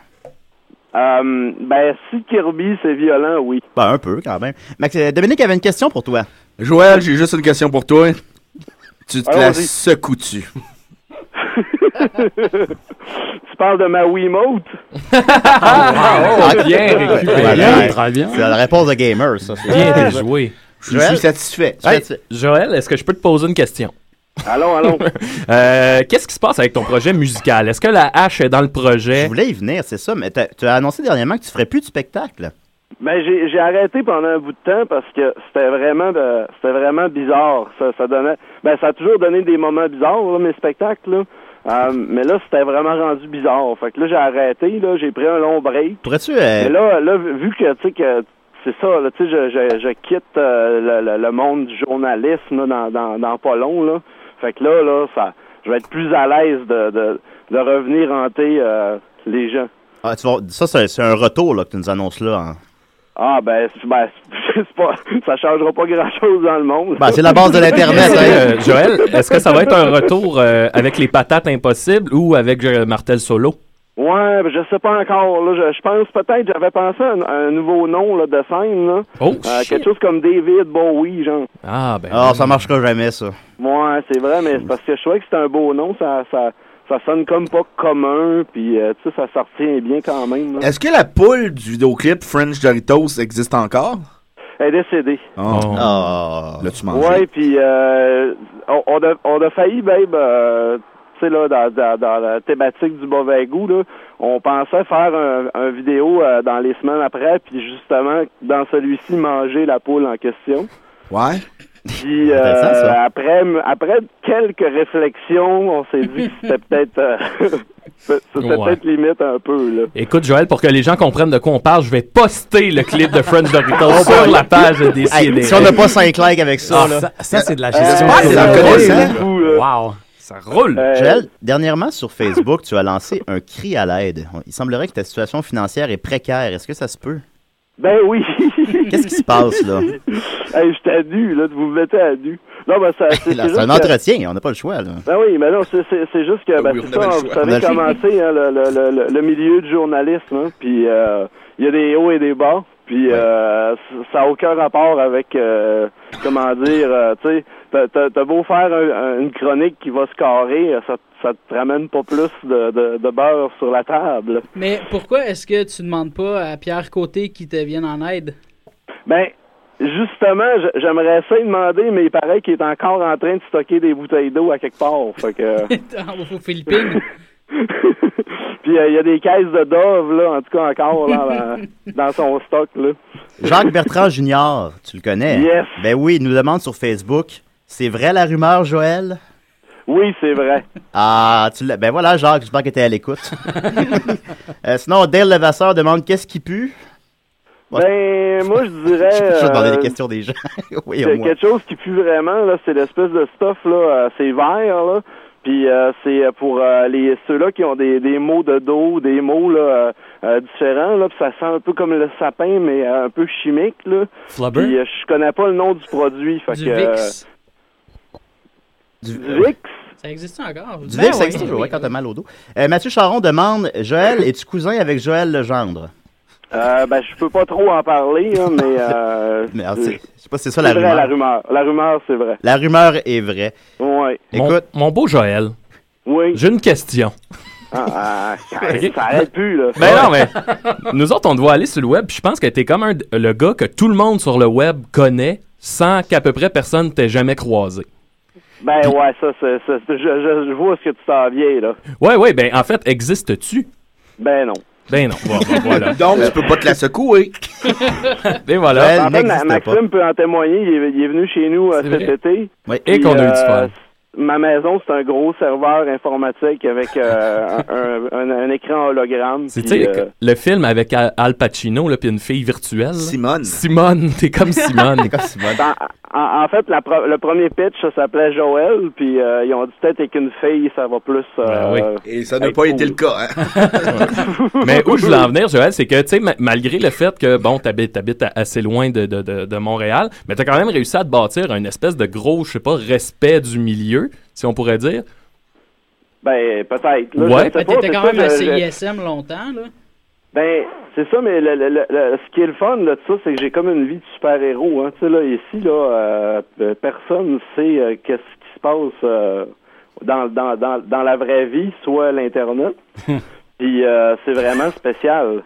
[SPEAKER 20] Euh, ben, si Kirby, c'est violent, oui.
[SPEAKER 13] Ben, un peu quand même. Max, euh, Dominique avait une question pour toi.
[SPEAKER 15] Joël, j'ai juste une question pour toi. Tu te la
[SPEAKER 20] Allons-y.
[SPEAKER 15] secoues-tu?
[SPEAKER 20] tu parles de ma Wiimote?
[SPEAKER 13] Ah,
[SPEAKER 16] récupéré.
[SPEAKER 13] Très bien. C'est la réponse de gamer, ça. c'est-
[SPEAKER 16] Bien joué.
[SPEAKER 13] Je suis satisfait.
[SPEAKER 16] Hey,
[SPEAKER 13] Satisfait.
[SPEAKER 16] Joël, est-ce que je peux te poser une question?
[SPEAKER 20] Allons, allons.
[SPEAKER 16] Euh, Qu'est-ce qui se passe avec ton projet musical? Est-ce que la hache est dans le projet? Je
[SPEAKER 13] voulais y venir, c'est ça, mais tu as annoncé dernièrement que tu ferais plus de spectacle.
[SPEAKER 20] Ben j'ai j'ai arrêté pendant un bout de temps parce que c'était vraiment euh, c'était vraiment bizarre. Ça, ça donnait ben ça a toujours donné des moments bizarres là, mes spectacles. là. Euh, mais là c'était vraiment rendu bizarre. Fait que là j'ai arrêté là, j'ai pris un long break.
[SPEAKER 13] Pourrais-tu.
[SPEAKER 20] Mais
[SPEAKER 13] euh,
[SPEAKER 20] là là vu vu que tu sais que c'est ça là, tu sais je, je, je quitte euh, le, le- le monde du journalisme là, dans, dans dans pas long là. Fait que là là ça je vais être plus à l'aise de, de de revenir hanter euh, les gens.
[SPEAKER 13] ah, tu vas- ça, c'est c'est un retour là, que tu nous annonces là. hein.
[SPEAKER 20] Ah ben, c'est- ben c'est pas, ça changera pas grand chose dans le monde.
[SPEAKER 13] Ben, c'est la base de l'Internet,
[SPEAKER 16] Est-ce que, euh, Joël, est-ce que ça va être un retour euh, avec les patates impossibles ou avec euh, Martel Solo?
[SPEAKER 20] Ouais, ben, je sais pas encore. Là, je, je pense peut-être, j'avais pensé à un, un nouveau nom là, de scène. Là.
[SPEAKER 16] Oh,
[SPEAKER 20] Euh,
[SPEAKER 16] shit.
[SPEAKER 20] quelque chose comme David Bowie, genre.
[SPEAKER 16] Ah, ben.
[SPEAKER 13] Ah, ça marchera jamais, ça.
[SPEAKER 20] Ouais, c'est vrai, mais c'est parce que je trouvais que c'était un beau nom, ça, ça, ça sonne comme pas commun, puis euh, tu sais, ça sortit bien quand même. là.
[SPEAKER 15] Est-ce que la poule du vidéoclip French Doritos existe encore?
[SPEAKER 20] Elle est décédée.
[SPEAKER 13] Oh.
[SPEAKER 16] Oh.
[SPEAKER 15] Ah. Là, tu mangé.
[SPEAKER 20] Ouais, puis euh, on, on a, on a failli même, euh, tu sais, là, dans, dans- dans la thématique du mauvais goût, là, on pensait faire un, un vidéo euh, dans les semaines après, puis justement, dans celui-ci, manger la poule en question.
[SPEAKER 15] Ouais.
[SPEAKER 20] Puis euh,
[SPEAKER 15] Intéressant, ça.
[SPEAKER 20] après, après quelques réflexions, on s'est dit que c'était peut-être euh, c'était
[SPEAKER 16] Ouais.
[SPEAKER 20] peut-être limite un peu, là.
[SPEAKER 16] Écoute, Joël, pour que les gens comprennent de quoi on parle, je vais poster le clip de French Doritos sur la page des
[SPEAKER 13] Hey,
[SPEAKER 16] CDR.
[SPEAKER 13] si on n'a pas 5 likes avec ça,
[SPEAKER 16] Ah,
[SPEAKER 13] là.
[SPEAKER 16] ça- ça, c'est de la
[SPEAKER 13] gestion.
[SPEAKER 16] Ah, c'est de la
[SPEAKER 13] hein.
[SPEAKER 16] connaissance.
[SPEAKER 13] Wow.
[SPEAKER 16] Ça roule.
[SPEAKER 13] Joël, dernièrement sur Facebook, tu as lancé un cri à l'aide. Il semblerait que ta situation financière est précaire. Est-ce que ça se peut?
[SPEAKER 20] Ben oui.
[SPEAKER 13] Qu'est-ce qui se passe, là?
[SPEAKER 20] Hey, je suis à nu, là, vous me mettez à nu. Non, ben, ça, c'est,
[SPEAKER 13] Là,
[SPEAKER 20] c'est
[SPEAKER 13] C'est un
[SPEAKER 20] juste que-
[SPEAKER 13] entretien, on n'a pas le choix, là.
[SPEAKER 20] Ben oui, mais non, c'est, c'est- c'est juste que ben,
[SPEAKER 13] oui,
[SPEAKER 20] c'est
[SPEAKER 13] on
[SPEAKER 20] ça,
[SPEAKER 13] avait le
[SPEAKER 20] vous
[SPEAKER 13] choix.
[SPEAKER 20] savez
[SPEAKER 13] On a le
[SPEAKER 20] comment c'est, hein, le, le- le- le- le milieu du journalisme, hein, puis euh, il y a des hauts et des bas, puis euh, c- ça n'a aucun rapport avec, euh, comment dire, euh, tu sais, t'as, t'as- t'as beau faire un- un- une chronique qui va se carrer, euh, ça, ça te ramène pas plus de, de- de beurre sur la table.
[SPEAKER 18] Mais pourquoi est-ce que tu demandes pas à Pierre Côté qu'il te vienne en aide?
[SPEAKER 20] Ben, justement, j- j'aimerais ça lui demander, mais il paraît qu'il est encore en train de stocker des bouteilles d'eau à quelque part, fait que...
[SPEAKER 18] On va aux Philippines.
[SPEAKER 20] Puis euh, il y a des caisses de Dove, là, en tout cas, encore là, dans, dans son stock, là.
[SPEAKER 13] Jacques Bertrand Junior, tu le connais?
[SPEAKER 20] Yes.
[SPEAKER 13] Ben oui, il nous demande sur Facebook. C'est vrai la rumeur, Joël?
[SPEAKER 20] Oui, c'est vrai.
[SPEAKER 13] Ah, tu l'as- ben voilà, Jacques, j'espère que t'es à l'écoute. Euh, sinon, Dale Levasseur demande qu'est-ce qui pue?
[SPEAKER 20] Ben, moi, je dirais...
[SPEAKER 13] Je vais demander
[SPEAKER 20] euh,
[SPEAKER 13] les questions des gens. oui,
[SPEAKER 20] que-
[SPEAKER 13] au moins.
[SPEAKER 20] quelque chose qui pue vraiment, là, c'est l'espèce de stuff, là, euh, c'est vert, là. Puis euh, c'est euh, pour euh, les ceux-là qui ont des, des mots de dos, des mots là, euh, euh, différents, là, puis ça sent un peu comme le sapin, mais euh, un peu chimique, là.
[SPEAKER 19] Flubber?
[SPEAKER 20] Puis euh, je connais pas le nom du produit, fait
[SPEAKER 18] Du
[SPEAKER 20] que... euh,
[SPEAKER 18] Vicks.
[SPEAKER 13] Du
[SPEAKER 20] Vicks?
[SPEAKER 18] Ça existe encore? Ah
[SPEAKER 13] Du Vic, ça existe toujours, ouais, quand t'as mal au dos. Euh, Mathieu Charon demande Joël, es-tu cousin avec Joël Legendre?
[SPEAKER 20] Euh, ben, je peux pas trop en parler, hein, mais... euh,
[SPEAKER 13] Mais alors, c'est- je sais pas si c'est ça la
[SPEAKER 20] vrai,
[SPEAKER 13] rumeur.
[SPEAKER 20] la rumeur. La rumeur, c'est vrai.
[SPEAKER 13] La rumeur est vraie.
[SPEAKER 20] Ouais.
[SPEAKER 16] Mon-
[SPEAKER 13] Écoute.
[SPEAKER 16] Mon, beau Joël,
[SPEAKER 20] Oui.
[SPEAKER 16] j'ai une question.
[SPEAKER 20] Ah, ah, ça arrête plus, là.
[SPEAKER 16] Ben non, mais nous autres, on doit aller sur le web. puis Je pense que t'es comme un, d- le gars que tout le monde sur le web connaît sans qu'à peu près personne t'ait jamais croisé.
[SPEAKER 20] Ben ouais, ça, c'est, c'est- c'est- je, je, je vois ce que tu t'en viens, là.
[SPEAKER 16] Ouais, ouais, ben en fait, existes-tu?
[SPEAKER 20] Ben non.
[SPEAKER 16] Ben non. Bon, ben voilà.
[SPEAKER 15] Donc, tu peux pas te la secouer.
[SPEAKER 16] Et voilà.
[SPEAKER 20] en fait, Ma- Maxime peut en témoigner, il est, il est venu chez nous euh,
[SPEAKER 16] C'est
[SPEAKER 20] cet
[SPEAKER 16] vrai.
[SPEAKER 20] été.
[SPEAKER 13] Oui.
[SPEAKER 16] Et
[SPEAKER 20] Puis,
[SPEAKER 16] qu'on a eu du
[SPEAKER 20] euh,
[SPEAKER 16] fun.
[SPEAKER 20] Ma maison, c'est un gros serveur informatique avec euh, un, un- un écran hologramme.
[SPEAKER 16] C'est tu
[SPEAKER 20] puis,
[SPEAKER 16] sais,
[SPEAKER 20] euh,
[SPEAKER 16] le film avec Al, Al Pacino, là, puis une fille virtuelle.
[SPEAKER 15] Simone.
[SPEAKER 16] Simone, t'es comme Simone.
[SPEAKER 20] ben, en, en fait, la pro- le premier pitch, ça s'appelait Joël, puis euh, ils ont dit peut-être avec une fille, ça va plus.
[SPEAKER 16] Ben
[SPEAKER 20] euh,
[SPEAKER 15] Et ça n'a
[SPEAKER 20] être
[SPEAKER 15] pas été
[SPEAKER 20] cool.
[SPEAKER 15] le cas. hein.
[SPEAKER 16] Mais où je voulais en venir, Joël, c'est que, tu sais, ma- malgré le fait que, bon, t'habites, t'habites a- assez loin de, de, de, de Montréal, mais t'as quand même réussi à te bâtir une espèce de gros, je sais pas, respect du milieu, si on pourrait dire.
[SPEAKER 20] Ben, peut-être. là,
[SPEAKER 16] Ouais.
[SPEAKER 20] je sais
[SPEAKER 16] Ben,
[SPEAKER 20] pas,
[SPEAKER 16] t'étais
[SPEAKER 20] c'est
[SPEAKER 16] quand
[SPEAKER 20] ça,
[SPEAKER 16] même à
[SPEAKER 20] je- je-
[SPEAKER 18] CISM longtemps, là.
[SPEAKER 20] Ben, c'est ça, mais le, le- le- le- ce qui est le fun là, de ça, c'est que j'ai comme une vie de super-héros. Hein. Tu sais, là, ici, là, euh, euh, personne sait euh, qu'est-ce qui se passe euh, dans, dans, dans, dans la vraie vie, soit l'Internet. Puis euh, c'est vraiment spécial.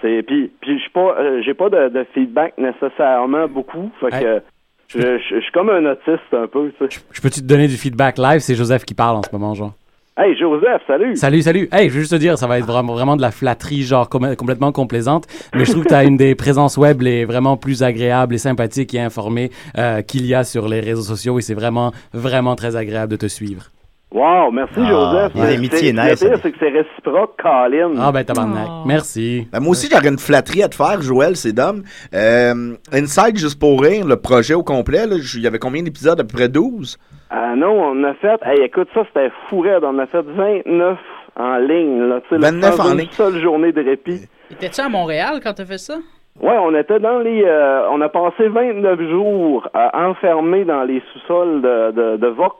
[SPEAKER 20] C'est puis puis je suis pas euh, j'ai pas de, de feedback nécessairement beaucoup fait que je, je, je suis comme un autiste un peu tu sais.
[SPEAKER 19] Je peux-tu te donner du feedback live? C'est Joseph qui parle en ce moment, genre.
[SPEAKER 20] Hey Joseph, salut.
[SPEAKER 19] Salut, salut. Hey, je veux juste te dire, ça va être vraiment, vraiment de la flatterie, genre com- complètement complaisante. Mais je trouve que tu as une des présences web les vraiment plus agréables et sympathiques et informées euh, qu'il y a sur les réseaux sociaux. Et c'est vraiment, vraiment très agréable de te suivre.
[SPEAKER 20] Wow, merci
[SPEAKER 19] Ah,
[SPEAKER 20] Joseph.
[SPEAKER 19] les amitiés
[SPEAKER 20] C'est-
[SPEAKER 19] nice,
[SPEAKER 20] Le pire c'est que c'est réciproque, Colin.
[SPEAKER 19] Ah ben tabarnak. Merci.
[SPEAKER 15] moi aussi, j'aurais une flatterie à te faire, Joël, c'est d'homme. Euh, Inside, juste pour rire, le projet au complet, là, j- il y avait combien d'épisodes? À peu près 12?
[SPEAKER 20] Ah non, on a fait. Hey, écoute, ça, c'était fou raide. On a fait 29 en ligne. Là, tu sais, là,
[SPEAKER 15] 29
[SPEAKER 20] sans
[SPEAKER 15] en
[SPEAKER 20] une
[SPEAKER 15] ligne.
[SPEAKER 20] seule journée de répit.
[SPEAKER 18] Euh. Étais-tu à Montréal quand t'as fait ça?
[SPEAKER 20] Ouais, on était dans les. euh, on a passé 29 jours euh, enfermés dans les sous-sols de, de, de Vox.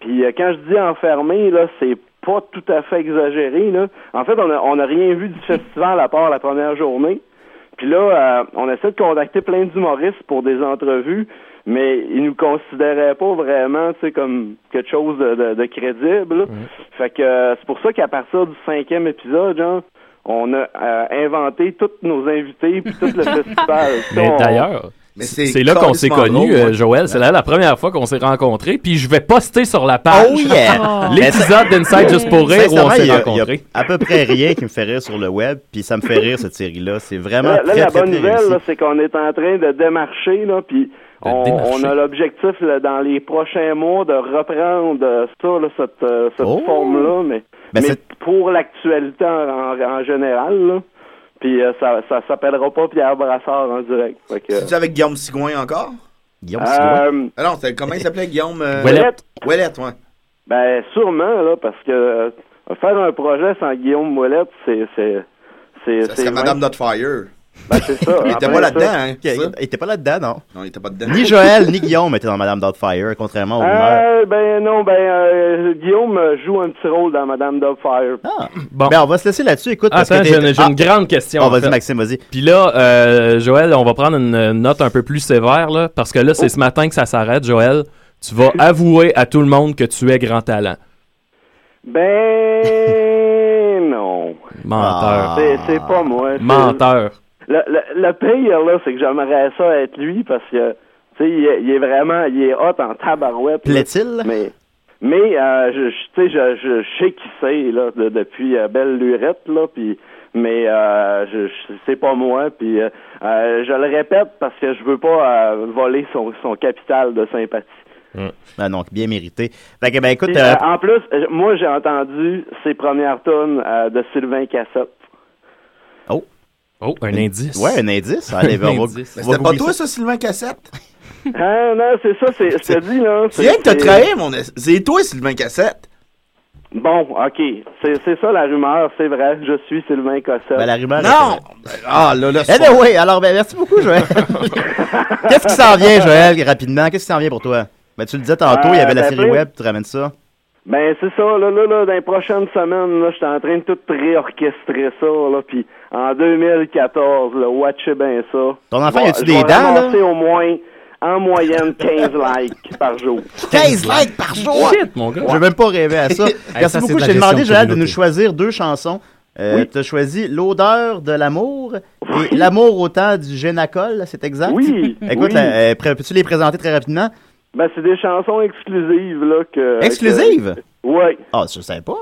[SPEAKER 20] Puis euh, quand je dis enfermés, là, c'est pas tout à fait exagéré. Là. En fait, on a, on a rien vu du festival à part la première journée. Puis là, euh, on essaie de contacter plein d'humoristes pour des entrevues, mais ils nous considéraient pas vraiment, tu sais, comme quelque chose de, de- de crédible. Fait que euh, c'est pour ça qu'à partir du cinquième épisode, genre, on a euh, inventé tous nos invités puis tout le festival.
[SPEAKER 16] Mais
[SPEAKER 20] On-
[SPEAKER 16] d'ailleurs,
[SPEAKER 20] Mais
[SPEAKER 16] c'est
[SPEAKER 20] c'est
[SPEAKER 16] c'est là qu'on s'est
[SPEAKER 20] carrément
[SPEAKER 16] connus,
[SPEAKER 20] drôle,
[SPEAKER 16] euh,
[SPEAKER 20] ouais.
[SPEAKER 16] Joël. C'est là la première fois qu'on s'est rencontrés. Puis je vais poster sur la page
[SPEAKER 13] Oh yeah!
[SPEAKER 16] l'épisode d'Inside Just pour Rire où on
[SPEAKER 13] Sincèrement, il
[SPEAKER 16] s'est
[SPEAKER 13] y a-
[SPEAKER 16] rencontrés.
[SPEAKER 13] il y a à peu près rien qui me fait rire sur le web, puis ça me fait rire cette série-là. C'est vraiment
[SPEAKER 20] Là, là,
[SPEAKER 13] très,
[SPEAKER 20] la
[SPEAKER 13] très,
[SPEAKER 20] bonne
[SPEAKER 13] très
[SPEAKER 20] nouvelle,
[SPEAKER 13] réussi.
[SPEAKER 20] là, c'est qu'on est en train de démarcher, là, puis on,
[SPEAKER 13] démarcher.
[SPEAKER 20] on a l'objectif là, dans les prochains mois de reprendre euh, ça, là, cette, euh, cette forme-là, mais,
[SPEAKER 13] Ben,
[SPEAKER 20] mais
[SPEAKER 13] c'est-
[SPEAKER 20] pour l'actualité en, en- en général, là. Puis euh, ça, ça s'appellera pas Pierre Brassard en direct. Fait que-
[SPEAKER 15] C'est-tu avec Guillaume Sigouin encore?
[SPEAKER 13] Guillaume
[SPEAKER 20] Euh, Sigouin?
[SPEAKER 15] Ah non, c'est- comment il s'appelait, Guillaume? euh,
[SPEAKER 20] Ouellette.
[SPEAKER 15] Ouellette, ouais.
[SPEAKER 20] Ben, sûrement, là, parce que euh, faire un projet sans Guillaume Moulette, c'est. c'est, c'est,
[SPEAKER 15] Ça serait Madame Dotfire.
[SPEAKER 20] Ben, c'est ça.
[SPEAKER 15] Il était pas là-dedans, hein?
[SPEAKER 13] Il- il- il était pas là-dedans, non?
[SPEAKER 15] Non, il était pas dedans.
[SPEAKER 13] Ni Joël, ni Guillaume étaient dans Madame Doubtfire, contrairement aux
[SPEAKER 19] Ah,
[SPEAKER 13] rumeurs.
[SPEAKER 20] Euh, ben non, ben euh, Guillaume joue un petit rôle dans Madame Dubfire.
[SPEAKER 13] Ah, Ben, on va se laisser là-dessus. Écoute, parce
[SPEAKER 16] Attends,
[SPEAKER 13] que
[SPEAKER 16] j'ai
[SPEAKER 13] t'es-
[SPEAKER 16] une, j'ai
[SPEAKER 13] Ah,
[SPEAKER 16] une grande question.
[SPEAKER 13] Oh,
[SPEAKER 16] en
[SPEAKER 13] vas-y,
[SPEAKER 16] fait.
[SPEAKER 13] Maxime, vas-y.
[SPEAKER 16] Puis là, euh, Joël, on va prendre une euh, note un peu plus sévère, là, parce que là,
[SPEAKER 20] Oh.
[SPEAKER 16] c'est ce matin que ça s'arrête, Joël. Tu vas avouer à tout le monde que tu es grand talent.
[SPEAKER 20] Ben non.
[SPEAKER 16] Menteur.
[SPEAKER 20] Ah. C'est, c'est pas moi. c'est-
[SPEAKER 16] Menteur.
[SPEAKER 20] Le, le, le pire, là, c'est que j'aimerais ça être lui parce que, tu sais, il, est- il est vraiment, il est hot en tabarouette. là.
[SPEAKER 13] Plaît-il?
[SPEAKER 20] Mais, mais euh, je, je- tu sais, je, je- je sais qui c'est, là, de- depuis euh, Belle Lurette, là, puis, mais euh, je, je- c'est pas moi, puis euh, euh, je le répète parce que je veux pas euh, voler son, son capital de sympathie.
[SPEAKER 13] Ben, donc, bien mérité. Fait que, ben, écoute,
[SPEAKER 20] Puis,
[SPEAKER 13] euh,
[SPEAKER 20] euh, en plus, euh, moi, j'ai entendu ses premières tonnes euh, de Sylvain Cassette.
[SPEAKER 13] Oh.
[SPEAKER 16] Oh, un indice.
[SPEAKER 13] Ouais, un indice. Allez,
[SPEAKER 15] Un
[SPEAKER 13] on va-
[SPEAKER 15] indice.
[SPEAKER 13] on
[SPEAKER 15] Mais
[SPEAKER 13] va
[SPEAKER 15] c'était pas
[SPEAKER 13] googler
[SPEAKER 15] toi, ça, Sylvain Cassette?
[SPEAKER 20] Ah, non, c'est ça, c'est, je te dis, là.
[SPEAKER 15] Tu viens de te
[SPEAKER 20] c'est-
[SPEAKER 15] trahir, mon. es- C'est toi, Sylvain Cassette.
[SPEAKER 20] Bon, OK. C'est, c'est ça la rumeur, c'est vrai. Je suis Sylvain Cossette.
[SPEAKER 13] Ben, la rumeur
[SPEAKER 15] Non! Ah, là, là. c'est-
[SPEAKER 13] Anyway, alors, ben, merci beaucoup, Joël. Qu'est-ce qui s'en vient, Joël, rapidement? Qu'est-ce qui s'en vient pour toi? Ben, tu le disais tantôt, il y
[SPEAKER 20] Euh,
[SPEAKER 13] avait la
[SPEAKER 20] ben,
[SPEAKER 13] série
[SPEAKER 20] plein-
[SPEAKER 13] web, tu ramènes ça.
[SPEAKER 20] Ben, c'est ça, là, là, là, dans les prochaines semaines, là, j'étais en train de tout réorchestrer ça, là, puis en 2014, là, watchez bien ça.
[SPEAKER 13] Ton enfant,
[SPEAKER 20] Bon,
[SPEAKER 13] y a-tu
[SPEAKER 20] je
[SPEAKER 13] des
[SPEAKER 20] vais
[SPEAKER 13] dents, là?
[SPEAKER 20] ramasser au moins, en moyenne, 15 likes par jour.
[SPEAKER 13] 15 likes par jour!
[SPEAKER 20] Ouais.
[SPEAKER 13] Je vais même pas rêver à ça.
[SPEAKER 20] Hey,
[SPEAKER 13] Merci
[SPEAKER 20] ça, c'est
[SPEAKER 13] beaucoup.
[SPEAKER 20] de
[SPEAKER 13] Je
[SPEAKER 20] la
[SPEAKER 13] t'ai demandé,
[SPEAKER 20] gestion
[SPEAKER 13] Joël, de
[SPEAKER 20] communauté.
[SPEAKER 13] nous choisir deux chansons. Euh,
[SPEAKER 20] Oui.
[SPEAKER 13] Tu as choisi L'odeur de l'amour et L'amour au temps du Génacol, c'est exact?
[SPEAKER 20] Oui.
[SPEAKER 13] Écoute,
[SPEAKER 20] Oui.
[SPEAKER 13] la- euh, pré- peux-tu les présenter très rapidement?
[SPEAKER 20] Ben, c'est des chansons exclusives, là, que...
[SPEAKER 13] Exclusives?
[SPEAKER 20] que- ouais.
[SPEAKER 13] Ah, je savais pas.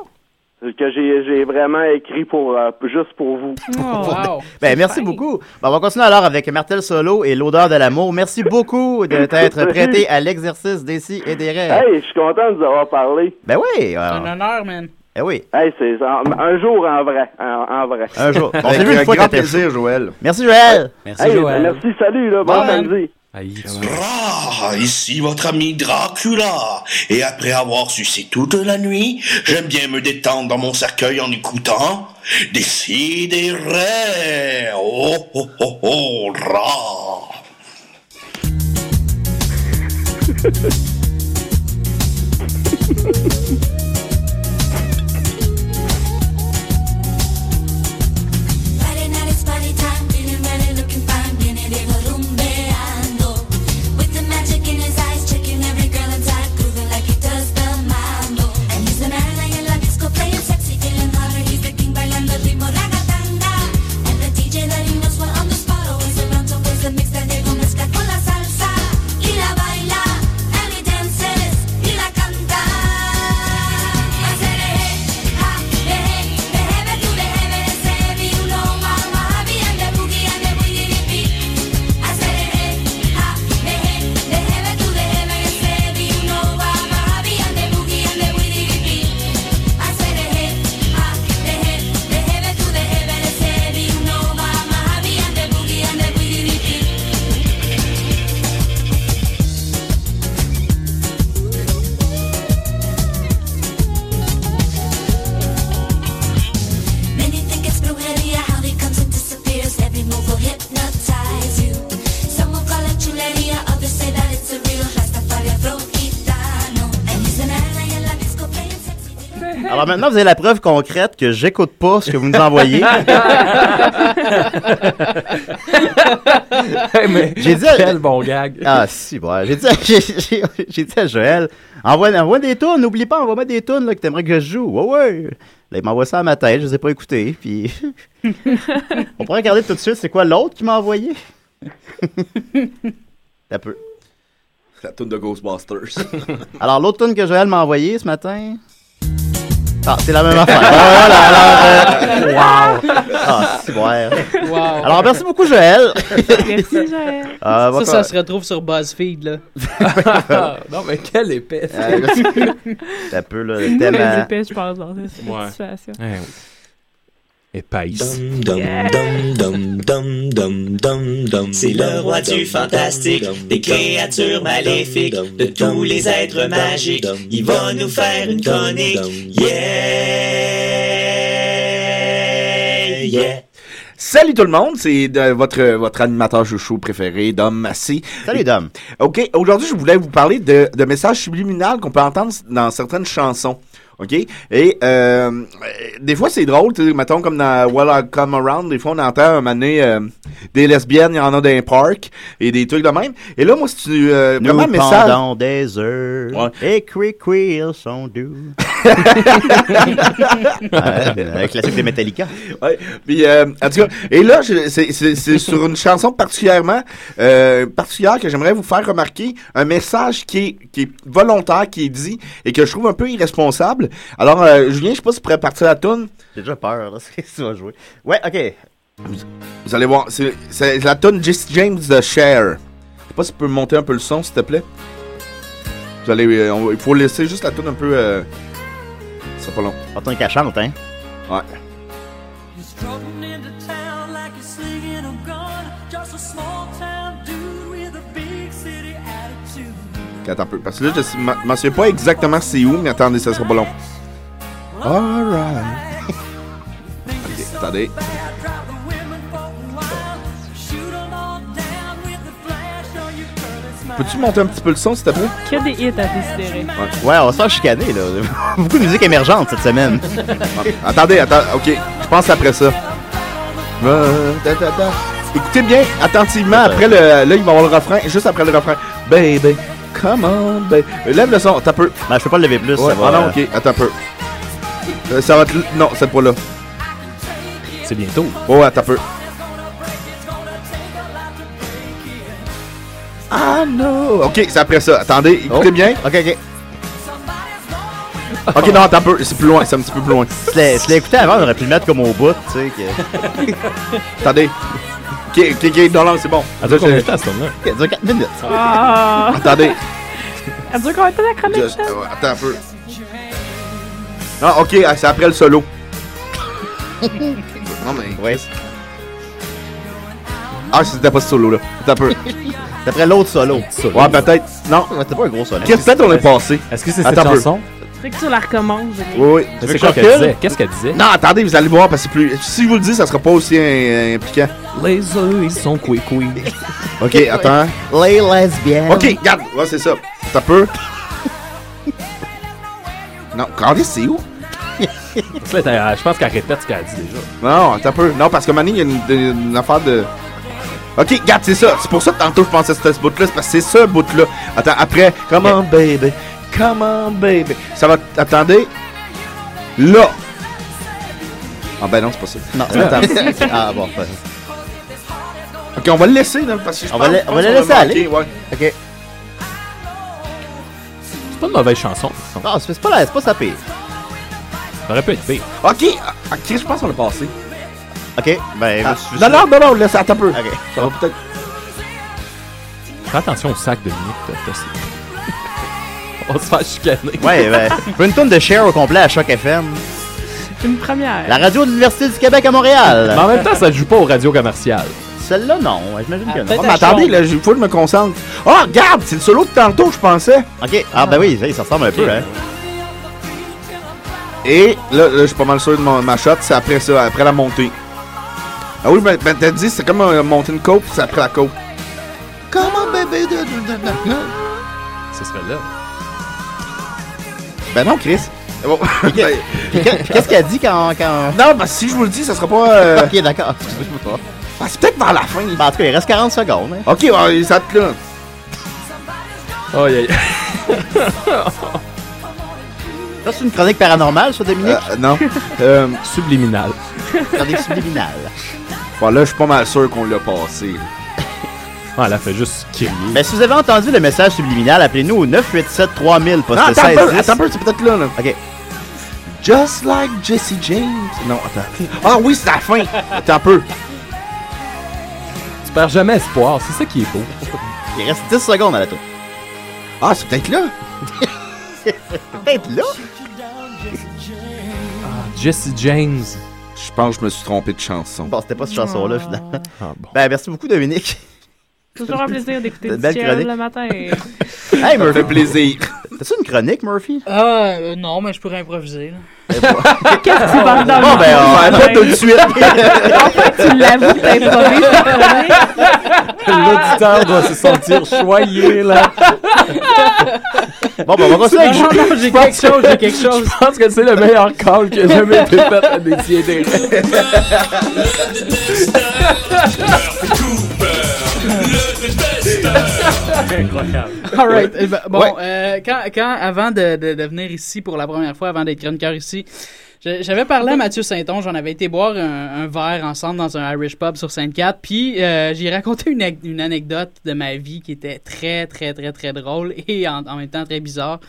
[SPEAKER 20] Que j'ai, j'ai vraiment écrit pour, euh, juste pour vous.
[SPEAKER 17] oh,
[SPEAKER 13] Ben, merci beaucoup. Ben, on va continuer alors avec Martel Solo et L'odeur de l'amour. Merci beaucoup de t'être
[SPEAKER 20] Salut.
[SPEAKER 13] prêté à l'exercice des si et des rêves.
[SPEAKER 20] Hey, je suis content de vous avoir parlé.
[SPEAKER 13] Ben oui,
[SPEAKER 18] C'est
[SPEAKER 13] euh,
[SPEAKER 18] un honneur, man.
[SPEAKER 13] ben oui.
[SPEAKER 20] Hey, c'est en- un jour en vrai. En, en vrai.
[SPEAKER 13] Un jour. On s'est vu une fois quand t'es-
[SPEAKER 15] Joël.
[SPEAKER 13] Merci, Joël.
[SPEAKER 20] Hey, Merci, salut, là, bon
[SPEAKER 13] Bye, man.
[SPEAKER 20] samedi.
[SPEAKER 11] Ah, ici votre ami Dracula. Et après avoir sucé toute la nuit, j'aime bien me détendre dans mon cercueil en écoutant des sidérés. Oh, oh, oh, oh, rah.
[SPEAKER 21] Friday night, it's party time, feeling ready, looking fine, viene Diego rumbeando. With the magic in his eyes, checking every girl inside, grooving like he does the mambo. And he's the man I love, he's cool, playing sexy, feeling hotter, he's the king, bailando el ritmo ragatanga. And the DJ that he knows well on the spot, always around, so plays the mix that Diego mezcla con la salsa. Y la baila, and he dances, y la canta.
[SPEAKER 13] Alors maintenant, vous avez la preuve concrète que j'écoute pas ce que vous nous envoyez. J'ai dit à-
[SPEAKER 16] Quel bon gag.
[SPEAKER 13] Ah, si, bon. J'ai dit, à- j'ai- j'ai- j'ai dit à Joël, envoie, envoie des tunes, n'oublie pas, envoie-moi des tunes là, que t'aimerais que je joue. Ouais, ouais. Là, il m'envoie ça à ma tête, je les ai pas écoutées. Puis. On pourrait regarder tout de suite, c'est quoi l'autre qui m'a envoyé? Un peu.
[SPEAKER 15] La toune de Ghostbusters.
[SPEAKER 13] Alors, l'autre tune que Joël m'a envoyée ce matin. Ah, c'est la même affaire. Voilà, alors, euh, wow. Ah, c'est vrai.
[SPEAKER 18] Wow.
[SPEAKER 13] Alors, merci beaucoup, Joël.
[SPEAKER 18] Merci, Joël.
[SPEAKER 13] Ah, bon,
[SPEAKER 18] ça, ça se retrouve sur BuzzFeed, là.
[SPEAKER 16] non, mais quelle épaisse.
[SPEAKER 13] Euh, là, T'as peu, là, le thème.
[SPEAKER 17] Très
[SPEAKER 13] à-
[SPEAKER 17] épais, je pense, dans cette situation.
[SPEAKER 16] Épaisse.
[SPEAKER 3] C'est le roi du fantastique, des créatures maléfiques, de tous les êtres magiques. Il va nous faire une chronique. Yeah! Yeah!
[SPEAKER 15] Salut tout le monde, c'est de- votre, votre animateur chouchou préféré, Dom Massy.
[SPEAKER 13] Salut Dom.
[SPEAKER 15] OK, aujourd'hui, je voulais vous parler de, de messages subliminaux qu'on peut entendre dans certaines chansons. OK? Et euh, euh, des fois, c'est drôle, tu sais, mettons comme dans Well I Come Around, des fois, on entend un moment donné, euh, des lesbiennes, il y en a dans un parc et des trucs de même. Et là, moi, si tu. euh,
[SPEAKER 13] Nous
[SPEAKER 15] vraiment, un message.
[SPEAKER 13] pendons des heures et cri cri ils sont doux. Un classique des Metallica.
[SPEAKER 15] Ouais. Puis, euh, en tout cas, et là, je- c'est- c'est c'est sur une chanson particulièrement euh, particulière que j'aimerais vous faire remarquer un message qui est, qui est volontaire, qui est dit et que je trouve un peu irresponsable. Alors, euh, Julien, je sais pas si tu pourrais partir la toune.
[SPEAKER 13] J'ai déjà peur, là, c'est ça va jouer. Ouais, ok.
[SPEAKER 15] Vous allez voir, c'est c'est la toune Jesse James de Cher. Je sais pas si tu peux monter un peu le son, s'il te plaît. Vous allez, euh, on- il faut laisser juste la toune un peu. Euh, c'est pas long.
[SPEAKER 13] Attends qu'elle chante, hein.
[SPEAKER 15] Ouais.
[SPEAKER 12] You're strutting into town like you're slinging a gun. Just a small town dude with a big city attitude.
[SPEAKER 15] Attends un peu. Parce que là, je ne m'en souviens pas exactement c'est où, mais attendez, ça sera pas long. Alright. ok, attendez. Peux-tu monter un petit peu le son, s'il te plaît?
[SPEAKER 17] Que des hits à décider.
[SPEAKER 13] Ouais, on sort chicané, là. Beaucoup de musique émergente cette semaine.
[SPEAKER 15] attendez, attendez. Ok, je pense après ça. Euh, da, da, da. Écoutez bien, attentivement, après le. Là, il va y avoir le refrain, juste après le refrain. Baby, come on, baby. Lève le son, t'as peu.
[SPEAKER 13] Ben, je peux pas le lever plus,
[SPEAKER 15] Ouais,
[SPEAKER 13] ça va,
[SPEAKER 15] ah non,
[SPEAKER 13] euh,
[SPEAKER 15] ok, attends un peu. Euh, ça va être. l- Non, c'est pas là.
[SPEAKER 16] C'est bientôt.
[SPEAKER 15] Ouais, ouais, attends un peu. Ah non! Ok, c'est après ça. Attendez, écoutez bien.
[SPEAKER 13] Oh. Ok, ok.
[SPEAKER 15] Ok, non, attends un peu. C'est plus loin, c'est un petit peu plus loin.
[SPEAKER 13] Si je l'ai écouté avant, j'aurais pu le mettre comme au bout, tu sais. Que...
[SPEAKER 15] Attendez. Ok, ok, ok, non, non, c'est bon.
[SPEAKER 16] Attends combien de temps,
[SPEAKER 15] cette là
[SPEAKER 13] Elle dure 4 minutes.
[SPEAKER 17] Ah.
[SPEAKER 15] Attendez.
[SPEAKER 17] Elle dure combien de temps la chronique?
[SPEAKER 15] Just- euh, attends un peu. Ah, ok, ah, c'est après le solo. Non, mais.
[SPEAKER 13] Ouais.
[SPEAKER 15] Ah, c'était pas ce solo là. Attends un peu.
[SPEAKER 13] C'est après l'autre solo.
[SPEAKER 16] Ah,
[SPEAKER 15] Ouais, peut-être. Non.
[SPEAKER 13] C'était pas un gros solo.
[SPEAKER 15] Qu'est-ce que peut-être on est passé?
[SPEAKER 13] Est-ce que c'est
[SPEAKER 15] Attends
[SPEAKER 13] cette
[SPEAKER 15] un peu.
[SPEAKER 13] chanson?
[SPEAKER 17] Fait que tu la recommandes. Julien.
[SPEAKER 15] Oui, oui.
[SPEAKER 16] Mais c'est quoi qu'elle disait? Qu'est-ce qu'elle disait?
[SPEAKER 15] Non, attendez, vous allez voir, parce que c'est plus... si vous le dites, ça sera pas aussi euh, impliquant.
[SPEAKER 16] Les œufs, ils sont couicouis.
[SPEAKER 15] Ok, attends.
[SPEAKER 13] Les lesbiennes.
[SPEAKER 15] Ok, regarde, ouais, c'est ça. T'as peu. non, regardez, c'est où?
[SPEAKER 16] Parce que là, t'as- Je pense qu'elle répète ce qu'elle a dit déjà.
[SPEAKER 15] Non, t'as peu. Non, parce que Manny, il y a une, une- une affaire de. Ok, regarde, c'est ça. C'est pour ça que tantôt je pensais que c'était ce bout-là. C'est parce que c'est ce bout-là. Attends, après. Come on, baby. Come on, baby. Ça va. Attendez. Là. Ah, ben non, c'est pas ça.
[SPEAKER 13] Non,
[SPEAKER 15] Ah. ben.
[SPEAKER 13] attends. ah, bon, pas-
[SPEAKER 15] Ok, on va le laisser, là, parce que je
[SPEAKER 13] On va
[SPEAKER 15] pense-
[SPEAKER 13] la-
[SPEAKER 15] je
[SPEAKER 13] on
[SPEAKER 15] pense
[SPEAKER 13] va la
[SPEAKER 15] qu'on
[SPEAKER 13] laisser
[SPEAKER 15] manqué,
[SPEAKER 13] aller.
[SPEAKER 15] ouais.
[SPEAKER 13] Ok.
[SPEAKER 16] C'est pas une mauvaise chanson.
[SPEAKER 13] Non, c'est c'est pas, la- c'est pas sa pire.
[SPEAKER 16] Ça aurait pu être pire.
[SPEAKER 15] Ok, ok, je pense qu'on l'a passé.
[SPEAKER 13] Ok, ben.
[SPEAKER 15] Ah,
[SPEAKER 13] je- je-
[SPEAKER 15] non, non, non, non, laisse, attends un peu.
[SPEAKER 13] Ok.
[SPEAKER 15] Ça va peut-être.
[SPEAKER 16] Fais attention au sac de minutes. On va se faire chicaner.
[SPEAKER 13] Ouais, ben. je veux une tonne de share au complet à Choc FM.
[SPEAKER 17] Une première.
[SPEAKER 13] La radio de l'Université du Québec à Montréal.
[SPEAKER 16] Mais en même temps, ça joue pas aux radios commerciales.
[SPEAKER 13] Celle-là, non. J'imagine que
[SPEAKER 15] Ah,
[SPEAKER 13] non.
[SPEAKER 15] mais attendez, là, il faut que je me concentre. Ah, regarde, c'est le solo de tantôt, je pensais.
[SPEAKER 13] Ok, ah, ben oui, ça, ça ressemble un peu, hein.
[SPEAKER 15] Et là, là, je suis pas mal sûr de mon- ma shot, c'est après ça, après la montée. Ah oui, ben, ben, t'as dit, c'est comme euh, monter une côte, puis c'est après la côte. Comment bébé de.
[SPEAKER 16] Ce serait là.
[SPEAKER 15] Ben non, Chris.
[SPEAKER 13] Qu'est-ce qu'elle dit quand, quand.
[SPEAKER 15] Non, parce que si je vous le dis, ça sera pas. euh,
[SPEAKER 13] ok, d'accord. Ben,
[SPEAKER 15] Ah, c'est peut-être vers la fin.
[SPEAKER 13] en tout cas, il reste 40 secondes. hein.
[SPEAKER 15] Ok, ouais, ça te là.
[SPEAKER 16] Oh, yeah, yeah.
[SPEAKER 13] Ça, c'est une chronique paranormale, ça, Dominique
[SPEAKER 15] Euh, Non.
[SPEAKER 16] Subliminal.
[SPEAKER 13] Chronique subliminale.
[SPEAKER 15] Bon, là, je suis pas mal sûr qu'on l'a passé.
[SPEAKER 16] Ah, elle a fait juste crier.
[SPEAKER 13] Mais Ben, si vous avez entendu le message subliminal, appelez-nous au 987 3000 poste
[SPEAKER 15] Non, attends un
[SPEAKER 13] 16.
[SPEAKER 15] peu, attends un peu, c'est peut-être là, là.
[SPEAKER 13] Ok.
[SPEAKER 15] Just like Jesse James. Non, attends. Ah oui, c'est la fin. attends un peu.
[SPEAKER 16] Tu perds jamais espoir, c'est ça qui est beau.
[SPEAKER 13] Il reste 10 secondes à la tour.
[SPEAKER 15] Ah, c'est peut-être là.
[SPEAKER 13] Peut-être là.
[SPEAKER 19] Ah,
[SPEAKER 16] Jesse James.
[SPEAKER 15] Je pense que je me suis trompé de chanson.
[SPEAKER 13] Bon, c'était pas cette chanson-là, finalement.
[SPEAKER 16] Ah, bon.
[SPEAKER 13] Ben, merci beaucoup, Dominique.
[SPEAKER 17] Toujours un plaisir d'écouter
[SPEAKER 13] Belle
[SPEAKER 17] du ciel
[SPEAKER 13] chronique.
[SPEAKER 17] le matin.
[SPEAKER 13] Hey,
[SPEAKER 15] Ça
[SPEAKER 13] Murphy.
[SPEAKER 15] fait plaisir.
[SPEAKER 13] T'as-tu une chronique, Murphy?
[SPEAKER 18] Ah, euh, non, mais je pourrais improviser. là.
[SPEAKER 17] Qu'est-ce que tu vas dans
[SPEAKER 19] Ah,
[SPEAKER 13] Bon, ben, on va
[SPEAKER 17] Ouais.
[SPEAKER 13] pas tout de suite.
[SPEAKER 17] Tu l'avoues, t'as improvisé ta chronique.
[SPEAKER 19] L'auditeur doit se sentir choyé, là.
[SPEAKER 13] bon, ben, on va continuer avec
[SPEAKER 18] Non, non, non, j'ai quelque chose, j'ai quelque chose.
[SPEAKER 16] Je pense que c'est le meilleur call que j'ai jamais été fait à des
[SPEAKER 18] All right. Eh ben, Bon,
[SPEAKER 15] Ouais.
[SPEAKER 18] euh, quand, quand- avant de, de- de venir ici pour la première fois, avant d'être chroniqueur ici, je- j'avais parlé à Mathieu Saint-Onge, on avait été boire un, un verre ensemble dans un Irish pub sur Sainte-Cat, puis euh, j'ai raconté une, ac- une anecdote de ma vie qui était très, très, très, très drôle et en, en même temps très bizarre.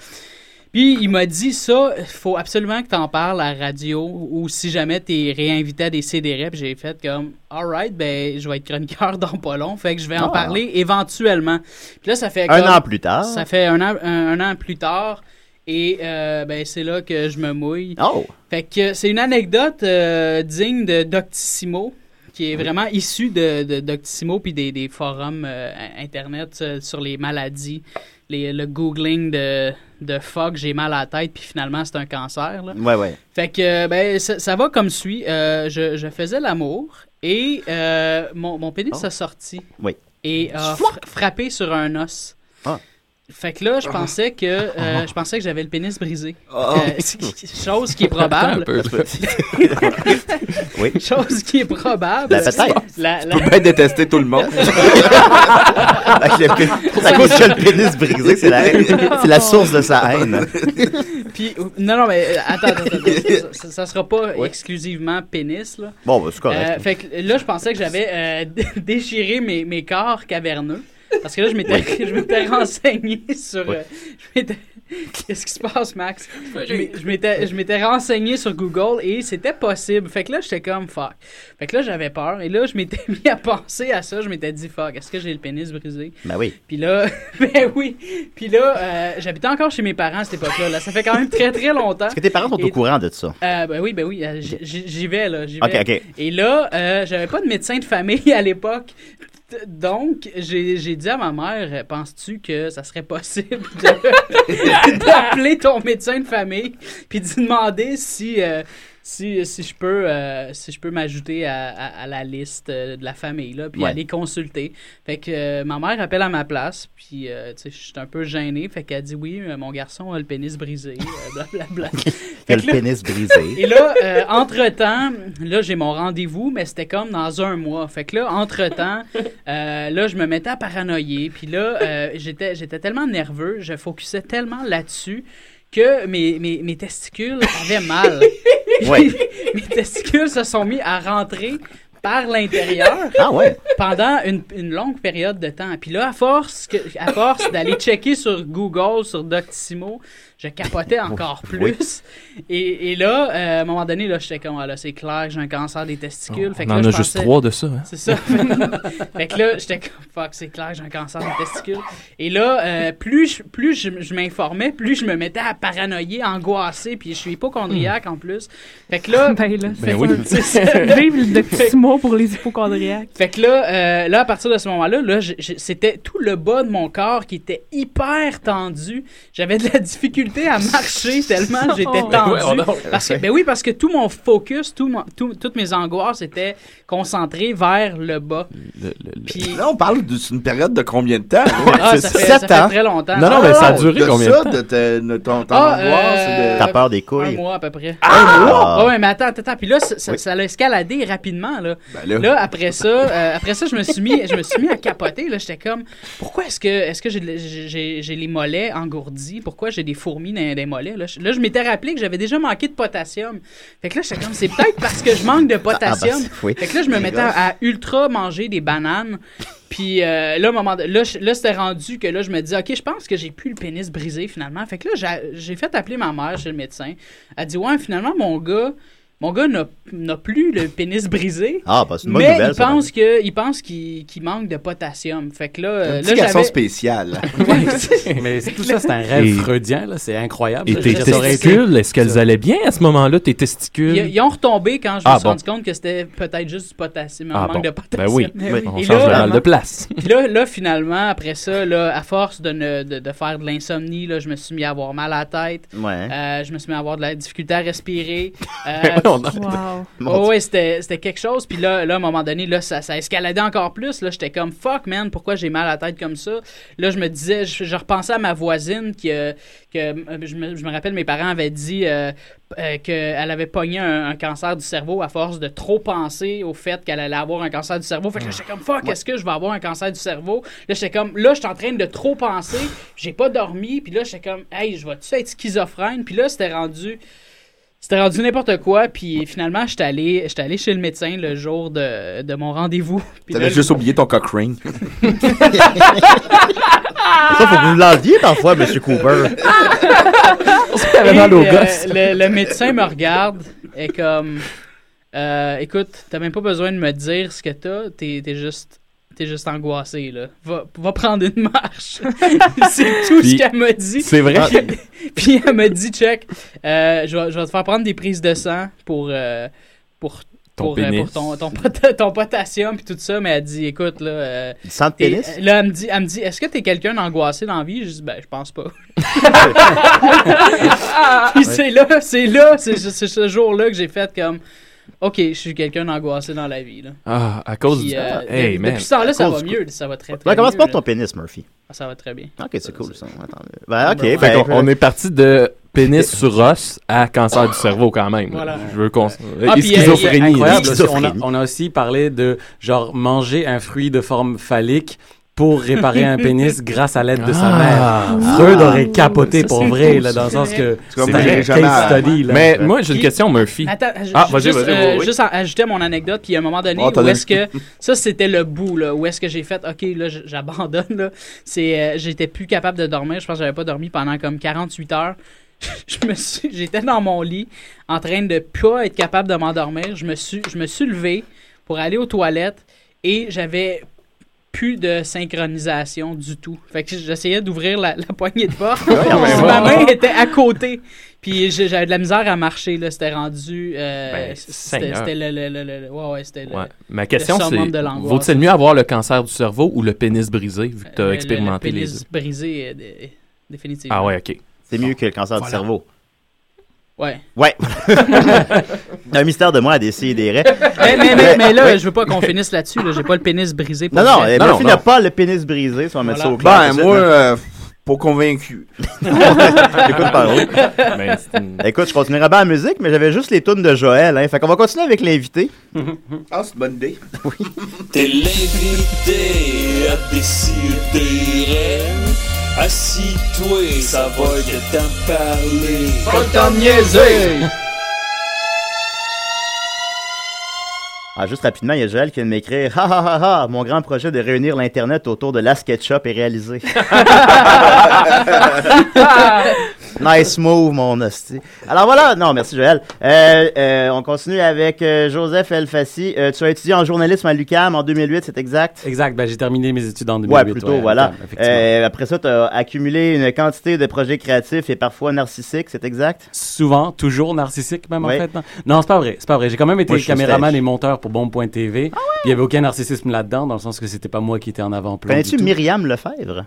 [SPEAKER 18] Puis il m'a dit ça, faut absolument que t'en parles à la radio ou si jamais t'es réinvité à des CDR. Puis j'ai fait comme, alright, ben je vais être chroniqueur dans pas long, fait que je vais en
[SPEAKER 13] Ah.
[SPEAKER 18] parler éventuellement. Puis là ça fait
[SPEAKER 13] Un
[SPEAKER 18] comme-
[SPEAKER 13] an plus tard.
[SPEAKER 18] Ça fait un an, un, un an plus tard. Et euh, ben, c'est là que je me mouille.
[SPEAKER 13] Oh!
[SPEAKER 18] Fait que c'est une anecdote euh, digne de Doctissimo, qui est vraiment issue de, de Doctissimo puis des, des forums euh, in- Internet euh, sur les maladies, les- le googling de, de fuck, j'ai mal à la tête, puis finalement c'est un cancer. Là.
[SPEAKER 13] Ouais, ouais.
[SPEAKER 18] Fait que, euh, ben, ça, ça va comme suit. Euh, je, je faisais l'amour et euh, mon, mon pénis a sorti
[SPEAKER 13] Oh. Oui.
[SPEAKER 18] et a fra- frappé sur un os.
[SPEAKER 13] Ah.
[SPEAKER 18] Fait que là, je pensais que euh, je pensais que j'avais le pénis brisé.
[SPEAKER 13] Ah.
[SPEAKER 18] Euh, c'est- chose qui est
[SPEAKER 16] Attends un
[SPEAKER 18] probable.
[SPEAKER 16] peu, là.
[SPEAKER 13] Oui.
[SPEAKER 18] chose qui est probable.
[SPEAKER 13] Ben, peut-être.
[SPEAKER 18] La- la-
[SPEAKER 15] Tu peux bien détester tout le monde.
[SPEAKER 13] Fait que le pé- C'est à cause que le pénis brisé, c'est la, c'est la source de sa haine.
[SPEAKER 18] Puis, euh, non, non, mais euh, attends, attends, attends, attends. ça, ça sera pas exclusivement pénis, là.
[SPEAKER 13] Bon, ben, c'est
[SPEAKER 18] Euh,
[SPEAKER 13] correct.
[SPEAKER 18] fait que là, je pensais que j'avais euh, dé- déchiré mes, mes corps caverneux. Parce que là, je m'étais, je m'étais renseigné sur. euh, je m'étais- Qu'est-ce qui se passe, Max? Je m'é- je m'étais, je m'étais renseigné sur Google et c'était possible. Fait que là, j'étais comme fuck. Fait que là, j'avais peur. Et là, je m'étais mis à penser à ça. Je m'étais dit fuck, est-ce que j'ai le pénis brisé?
[SPEAKER 13] Ben oui.
[SPEAKER 18] Puis là, ben oui. Puis là, euh, j'habitais encore chez mes parents à cette époque-là. Là. Ça fait quand même très très longtemps.
[SPEAKER 13] Est-ce que tes parents sont
[SPEAKER 18] Et-
[SPEAKER 13] au courant de ça?
[SPEAKER 18] euh, ben oui, ben oui, euh, j- j- j'y vais, là, j'y vais.
[SPEAKER 13] Ok, ok.
[SPEAKER 18] Et là, euh, j'avais pas de médecin de famille à l'époque. T- Donc, j'ai j'ai dit à ma mère, euh, penses-tu que ça serait possible de- d'appeler ton médecin de famille puis de demander si, euh, si, si je peux, euh, si je peux m'ajouter à, à- à la liste euh, de la famille, là, puis
[SPEAKER 13] Ouais.
[SPEAKER 18] aller consulter. Fait que euh, ma mère appelle à ma place, puis euh, tu sais, je suis un peu gêné. Fait qu'elle dit, oui, euh, mon garçon a le pénis brisé, euh, blablabla.
[SPEAKER 13] Il a
[SPEAKER 18] Fait
[SPEAKER 13] le
[SPEAKER 18] que là-
[SPEAKER 13] pénis brisé.
[SPEAKER 18] et là, euh, entre-temps, là, j'ai mon rendez-vous, mais c'était comme dans un mois. Fait que là, entre-temps, euh, là, je me mettais à paranoïer. Puis là, euh, j'étais, j'étais tellement nerveux, je focusais tellement là-dessus que mes, mes, mes testicules avaient mal.
[SPEAKER 13] Ouais.
[SPEAKER 18] mes testicules se sont mis à rentrer par l'intérieur
[SPEAKER 13] Ah ouais?
[SPEAKER 18] pendant une, une longue période de temps. Puis là, à force, que, à force d'aller checker sur Google, sur Doctissimo, je capotais encore plus. Et, et là, euh, à un moment donné, là, j'étais comme, ah, là, c'est clair, que j'ai un cancer des testicules. fait
[SPEAKER 16] On
[SPEAKER 18] que là,
[SPEAKER 16] en
[SPEAKER 18] je
[SPEAKER 16] a juste
[SPEAKER 18] pensais-
[SPEAKER 16] trois de ça. hein.
[SPEAKER 18] c'est ça. fait que là, j'étais comme, fuck, c'est clair, j'ai un cancer des testicules. Et là, euh, plus je, plus je, je m'informais, plus je me mettais à paranoïer, angoissé, puis je suis
[SPEAKER 16] Hmm.
[SPEAKER 18] hypochondriaque en plus. Fait que là,
[SPEAKER 17] Ben là, c'est
[SPEAKER 16] oui.
[SPEAKER 17] ça.
[SPEAKER 18] c'est ça.
[SPEAKER 17] Vive le Doctissimo pour les hypochondriacs.
[SPEAKER 18] Fait que là, euh, là, à partir de ce moment-là, là, j'ai- j'ai- c'était tout le bas de mon corps qui était hyper tendu. J'avais de la difficulté difficulté à marcher tellement j'étais
[SPEAKER 16] Oh.
[SPEAKER 18] tendu.
[SPEAKER 16] Ouais, on a-
[SPEAKER 18] parce que, ben oui, parce que tout mon focus, tout mon- tout- toutes mes angoisses étaient concentrées vers le bas. Puis-
[SPEAKER 15] Là, on parle de- d'une période de combien de temps? là?
[SPEAKER 18] Ah, ça fait- ça fait très longtemps.
[SPEAKER 15] Non, non, mais ça a duré combien
[SPEAKER 18] de
[SPEAKER 15] ça,
[SPEAKER 18] temps?
[SPEAKER 15] de ta- de ton, ton
[SPEAKER 18] Ah,
[SPEAKER 15] angoisse,
[SPEAKER 18] euh,
[SPEAKER 15] de-
[SPEAKER 13] T'as peur des couilles.
[SPEAKER 18] Un mois à peu près.
[SPEAKER 13] Un mois?
[SPEAKER 18] Ouais, ouais, mais attends, attends, attends. Puis là, ça, ça-
[SPEAKER 13] Oui.
[SPEAKER 18] ça l'a escaladé rapidement. Là,
[SPEAKER 13] là.
[SPEAKER 18] là. après ça, euh, après ça, je me suis mis, je me suis mis à capoter. Là, j'étais comme, pourquoi est-ce que, est-ce que j'ai, de- j'ai- j'ai- j'ai les mollets engourdis Pourquoi j'ai des fourmis dans, dans les mollets Là, je, là, je m'étais rappelé que j'avais déjà manqué de potassium. Fait que là, j'étais comme, c'est peut-être parce que je manque de potassium.
[SPEAKER 13] Ah, bah, oui.
[SPEAKER 18] Fait que là, je me
[SPEAKER 13] Les
[SPEAKER 18] mettais
[SPEAKER 13] gosses.
[SPEAKER 18] à, à ultra manger des bananes. Puis euh, là, à un moment de- là, je- là, c'était rendu que là, je me dis, OK, je pense que j'ai plus le pénis brisé finalement. Fait que là, j'a- j'ai fait appeler ma mère chez le médecin. Elle dit, ouais, finalement, mon gars, mon gars n'a- n'a plus le pénis brisé.
[SPEAKER 13] Ah, bah, c'est une bonne
[SPEAKER 18] mais
[SPEAKER 13] nouvelle,
[SPEAKER 18] il
[SPEAKER 13] ça,
[SPEAKER 18] pense que il pense qu'il qu'il manque de potassium. Fait que là, euh,
[SPEAKER 15] Un
[SPEAKER 18] là
[SPEAKER 15] petit garçon
[SPEAKER 18] j'avais-
[SPEAKER 15] spécial.
[SPEAKER 19] Mais tout ça, c'est un rêve
[SPEAKER 16] Et-
[SPEAKER 19] freudien, là. C'est incroyable.
[SPEAKER 16] Et
[SPEAKER 19] ça.
[SPEAKER 16] tes
[SPEAKER 19] Je- ça aurait été-
[SPEAKER 16] testicules, est-ce qu'elles allaient bien à ce moment-là, tes testicules?
[SPEAKER 18] Ils, ils ont retombé quand je
[SPEAKER 16] Ah,
[SPEAKER 18] me suis
[SPEAKER 16] bon.
[SPEAKER 18] rendu compte que c'était peut-être juste du potassium, un
[SPEAKER 16] Ah,
[SPEAKER 18] manque
[SPEAKER 16] bon.
[SPEAKER 18] de potassium.
[SPEAKER 16] Ben oui.
[SPEAKER 18] Et
[SPEAKER 16] Oui. On
[SPEAKER 18] là,
[SPEAKER 16] change la balle de place.
[SPEAKER 18] Puis là, là, finalement, après ça, là, à force de, ne- de, de faire de l'insomnie, là, je me suis mis à avoir mal à la tête.
[SPEAKER 13] Ouais.
[SPEAKER 18] Euh, je me suis mis à avoir de la difficulté à respirer. Euh,
[SPEAKER 13] Ouais, on a-
[SPEAKER 18] wow.
[SPEAKER 13] Mon
[SPEAKER 18] Oh,
[SPEAKER 13] Dieu.
[SPEAKER 18] ouais, c'était c'était quelque chose. Puis là, là, à un moment donné, là, ça, ça escaladait encore plus. Là, j'étais comme fuck, man, pourquoi j'ai mal à la tête comme ça? Là, je me disais, je, je repensais à ma voisine qui, euh, que euh, je me, je me rappelle, mes parents avaient dit euh, euh, qu'elle avait pogné un, un cancer du cerveau à force de trop penser au fait qu'elle allait avoir un cancer du cerveau. Fait que là, j'étais comme fuck,
[SPEAKER 13] Ouais.
[SPEAKER 18] est-ce que je vais avoir un cancer du cerveau? Là, j'étais comme là, j'étais en train de trop penser. J'ai pas dormi. Puis là, j'étais comme hey, je vais-tu être schizophrène? Puis là, c'était rendu. C'était rendu n'importe quoi, puis finalement, j'étais allé, j'étais allé chez le médecin le jour de, de mon rendez-vous. Puis là,
[SPEAKER 15] T'avais juste oublié ton cock ring.
[SPEAKER 13] Ça, faut que vous l'enviez parfois, M. Cooper.
[SPEAKER 18] Et,
[SPEAKER 13] mal au
[SPEAKER 18] euh,
[SPEAKER 13] gosse.
[SPEAKER 18] le, le médecin me regarde et comme euh, écoute, t'as même pas besoin de me dire ce que t'as, t'es t'es juste t'es juste angoissé là. Va, va prendre une marche. c'est tout
[SPEAKER 16] Puis,
[SPEAKER 18] ce qu'elle m'a dit.
[SPEAKER 16] c'est vrai.
[SPEAKER 18] Puis, puis elle m'a dit check, euh, je vais je vais te faire prendre des prises de sang pour euh, pour
[SPEAKER 13] Ton
[SPEAKER 18] pour, euh,
[SPEAKER 13] pénis.
[SPEAKER 18] pour ton, ton, pot- ton potassium puis tout ça, mais elle dit écoute là euh,
[SPEAKER 13] Sans de
[SPEAKER 18] t'es-
[SPEAKER 13] pénis?
[SPEAKER 18] Là elle me dit elle me dit est-ce que t'es quelqu'un d'angoissé dans la vie? Je dis ben je pense pas.
[SPEAKER 13] Ah.
[SPEAKER 18] Puis c'est là, c'est là, c'est ce- c'est ce jour-là que j'ai fait comme. Ok, je suis quelqu'un d'angoissé dans la vie. Là.
[SPEAKER 16] Ah, à cause
[SPEAKER 18] Puis,
[SPEAKER 16] du-
[SPEAKER 18] euh,
[SPEAKER 16] Hey,
[SPEAKER 18] de-
[SPEAKER 16] man.
[SPEAKER 18] Depuis ce temps-là, ça
[SPEAKER 13] À
[SPEAKER 18] va
[SPEAKER 13] cause du-
[SPEAKER 18] mieux. Ça va très, très
[SPEAKER 13] Ouais,
[SPEAKER 18] bien.
[SPEAKER 13] commence par ton pénis, Murphy.
[SPEAKER 18] Ça va très bien.
[SPEAKER 13] Ok, c'est cool, ça. Attends. Ben, ok,
[SPEAKER 16] Fait
[SPEAKER 13] ben,
[SPEAKER 16] qu'on- on, est parti de pénis sur os à cancer du cerveau quand même.
[SPEAKER 19] Voilà.
[SPEAKER 16] Je veux qu'on...
[SPEAKER 19] Ah,
[SPEAKER 16] et
[SPEAKER 19] puis, euh,
[SPEAKER 16] schizophrénie.
[SPEAKER 19] incroyable, aussi, on, a,
[SPEAKER 16] Schizophrénie.
[SPEAKER 19] on a aussi parlé de genre manger un fruit de forme phallique pour réparer un pénis grâce à l'aide de sa
[SPEAKER 16] Ah.
[SPEAKER 19] mère. Freud
[SPEAKER 16] Ah.
[SPEAKER 19] aurait capoté
[SPEAKER 16] Ça,
[SPEAKER 19] pour
[SPEAKER 16] c'est
[SPEAKER 19] vrai,
[SPEAKER 16] cool,
[SPEAKER 19] là,
[SPEAKER 16] ça,
[SPEAKER 19] dans le
[SPEAKER 16] c'est
[SPEAKER 19] sens
[SPEAKER 16] vrai.
[SPEAKER 19] que
[SPEAKER 16] Tu comprends, j'ai jamais- Mais moi, j'ai une question, Murphy.
[SPEAKER 18] Attends, je-
[SPEAKER 16] Ah,
[SPEAKER 18] je-
[SPEAKER 16] vas-y,
[SPEAKER 18] juste,
[SPEAKER 16] vas-y,
[SPEAKER 18] euh,
[SPEAKER 16] vas-y.
[SPEAKER 18] juste en- ajouter à mon anecdote, puis à un moment donné,
[SPEAKER 16] Oh, t'en
[SPEAKER 18] où
[SPEAKER 16] as
[SPEAKER 18] est-ce
[SPEAKER 16] une.
[SPEAKER 18] que. Ça, c'était le bout, là. Où est-ce que j'ai fait, OK, là, j- j'abandonne, là. C'est. euh, J'étais plus capable de dormir. Je pense que j'avais pas dormi pendant comme 48 heures. Je me suis. J'étais dans mon lit, en train de pas être capable de m'endormir. Je me suis, je me suis levé pour aller aux toilettes et j'avais plus de synchronisation du tout. Fait que j'essayais d'ouvrir la, la poignée de porte. ma main était à côté. Puis j'ai- j'avais de la misère à marcher. là. C'était rendu. euh,
[SPEAKER 16] Ben,
[SPEAKER 18] c'était
[SPEAKER 16] Seigneur.
[SPEAKER 18] c'était le, le, le, le- le- Ouais, ouais, c'était le.
[SPEAKER 16] Ouais. Ma question,
[SPEAKER 18] le summum
[SPEAKER 16] c'est
[SPEAKER 18] de l'angoisse.
[SPEAKER 16] vaut-il mieux avoir le cancer du cerveau ou le pénis brisé, vu que tu
[SPEAKER 18] Le-
[SPEAKER 16] as
[SPEAKER 18] le-
[SPEAKER 16] expérimenté
[SPEAKER 18] le
[SPEAKER 16] les
[SPEAKER 18] pénis brisé, euh, dé- définitivement.
[SPEAKER 16] Ah ouais, ok.
[SPEAKER 13] C'est mieux que le cancer du cerveau.
[SPEAKER 18] Ouais.
[SPEAKER 13] Ouais. un mystère de moi à décider des
[SPEAKER 18] Mais, mais, mais, mais là, je veux pas qu'on finisse là-dessus. Là. J'ai pas le pénis brisé. pour
[SPEAKER 13] Non, non,
[SPEAKER 18] vrai.
[SPEAKER 13] euh, Murphy n'a pas le pénis brisé, si on va mettre ça au clair.
[SPEAKER 15] Ben, moi, euh, pas convaincu.
[SPEAKER 13] Écoute,
[SPEAKER 15] Ben, c'est
[SPEAKER 13] Écoute, je continuerai bien la musique, mais j'avais juste les tunes de Joël. Hein. Fait qu'on va continuer avec l'invité.
[SPEAKER 15] Ah, c'est une bonne idée.
[SPEAKER 3] T'es l'invité à décider. hein. Assis-toi, ça va de t'en parler.
[SPEAKER 13] Ah, juste rapidement, il y a Joël qui vient de m'écrire Ha ha ha ha, mon grand projet de réunir l'Internet autour de la SketchUp est réalisé. nice move, mon hostie. Alors voilà, non, merci Joël. Euh, euh, on continue avec euh, Joseph Elfassi. Euh, tu as étudié en journalisme à l'UCAM en 2008, c'est exact?
[SPEAKER 19] Exact, ben, j'ai terminé mes études en 2008.
[SPEAKER 13] Ouais, plutôt,
[SPEAKER 19] ouais,
[SPEAKER 13] voilà.
[SPEAKER 19] attends, effectivement.
[SPEAKER 13] Euh, après ça, tu as accumulé une quantité de projets créatifs et parfois narcissiques, c'est exact?
[SPEAKER 19] Souvent, toujours narcissique, même
[SPEAKER 13] Ouais.
[SPEAKER 19] en fait. Non, Non, c'est pas vrai. C'est pas vrai. J'ai quand même été
[SPEAKER 13] Moi, je suis
[SPEAKER 19] caméraman
[SPEAKER 13] sèche.
[SPEAKER 19] et monteur pour Bon.tv.
[SPEAKER 15] Ah
[SPEAKER 19] Il y avait aucun narcissisme là-dedans, dans le sens que c'était pas moi qui étais en avant-plan.
[SPEAKER 13] Connais-tu
[SPEAKER 19] du tout.
[SPEAKER 13] Myriam Lefebvre?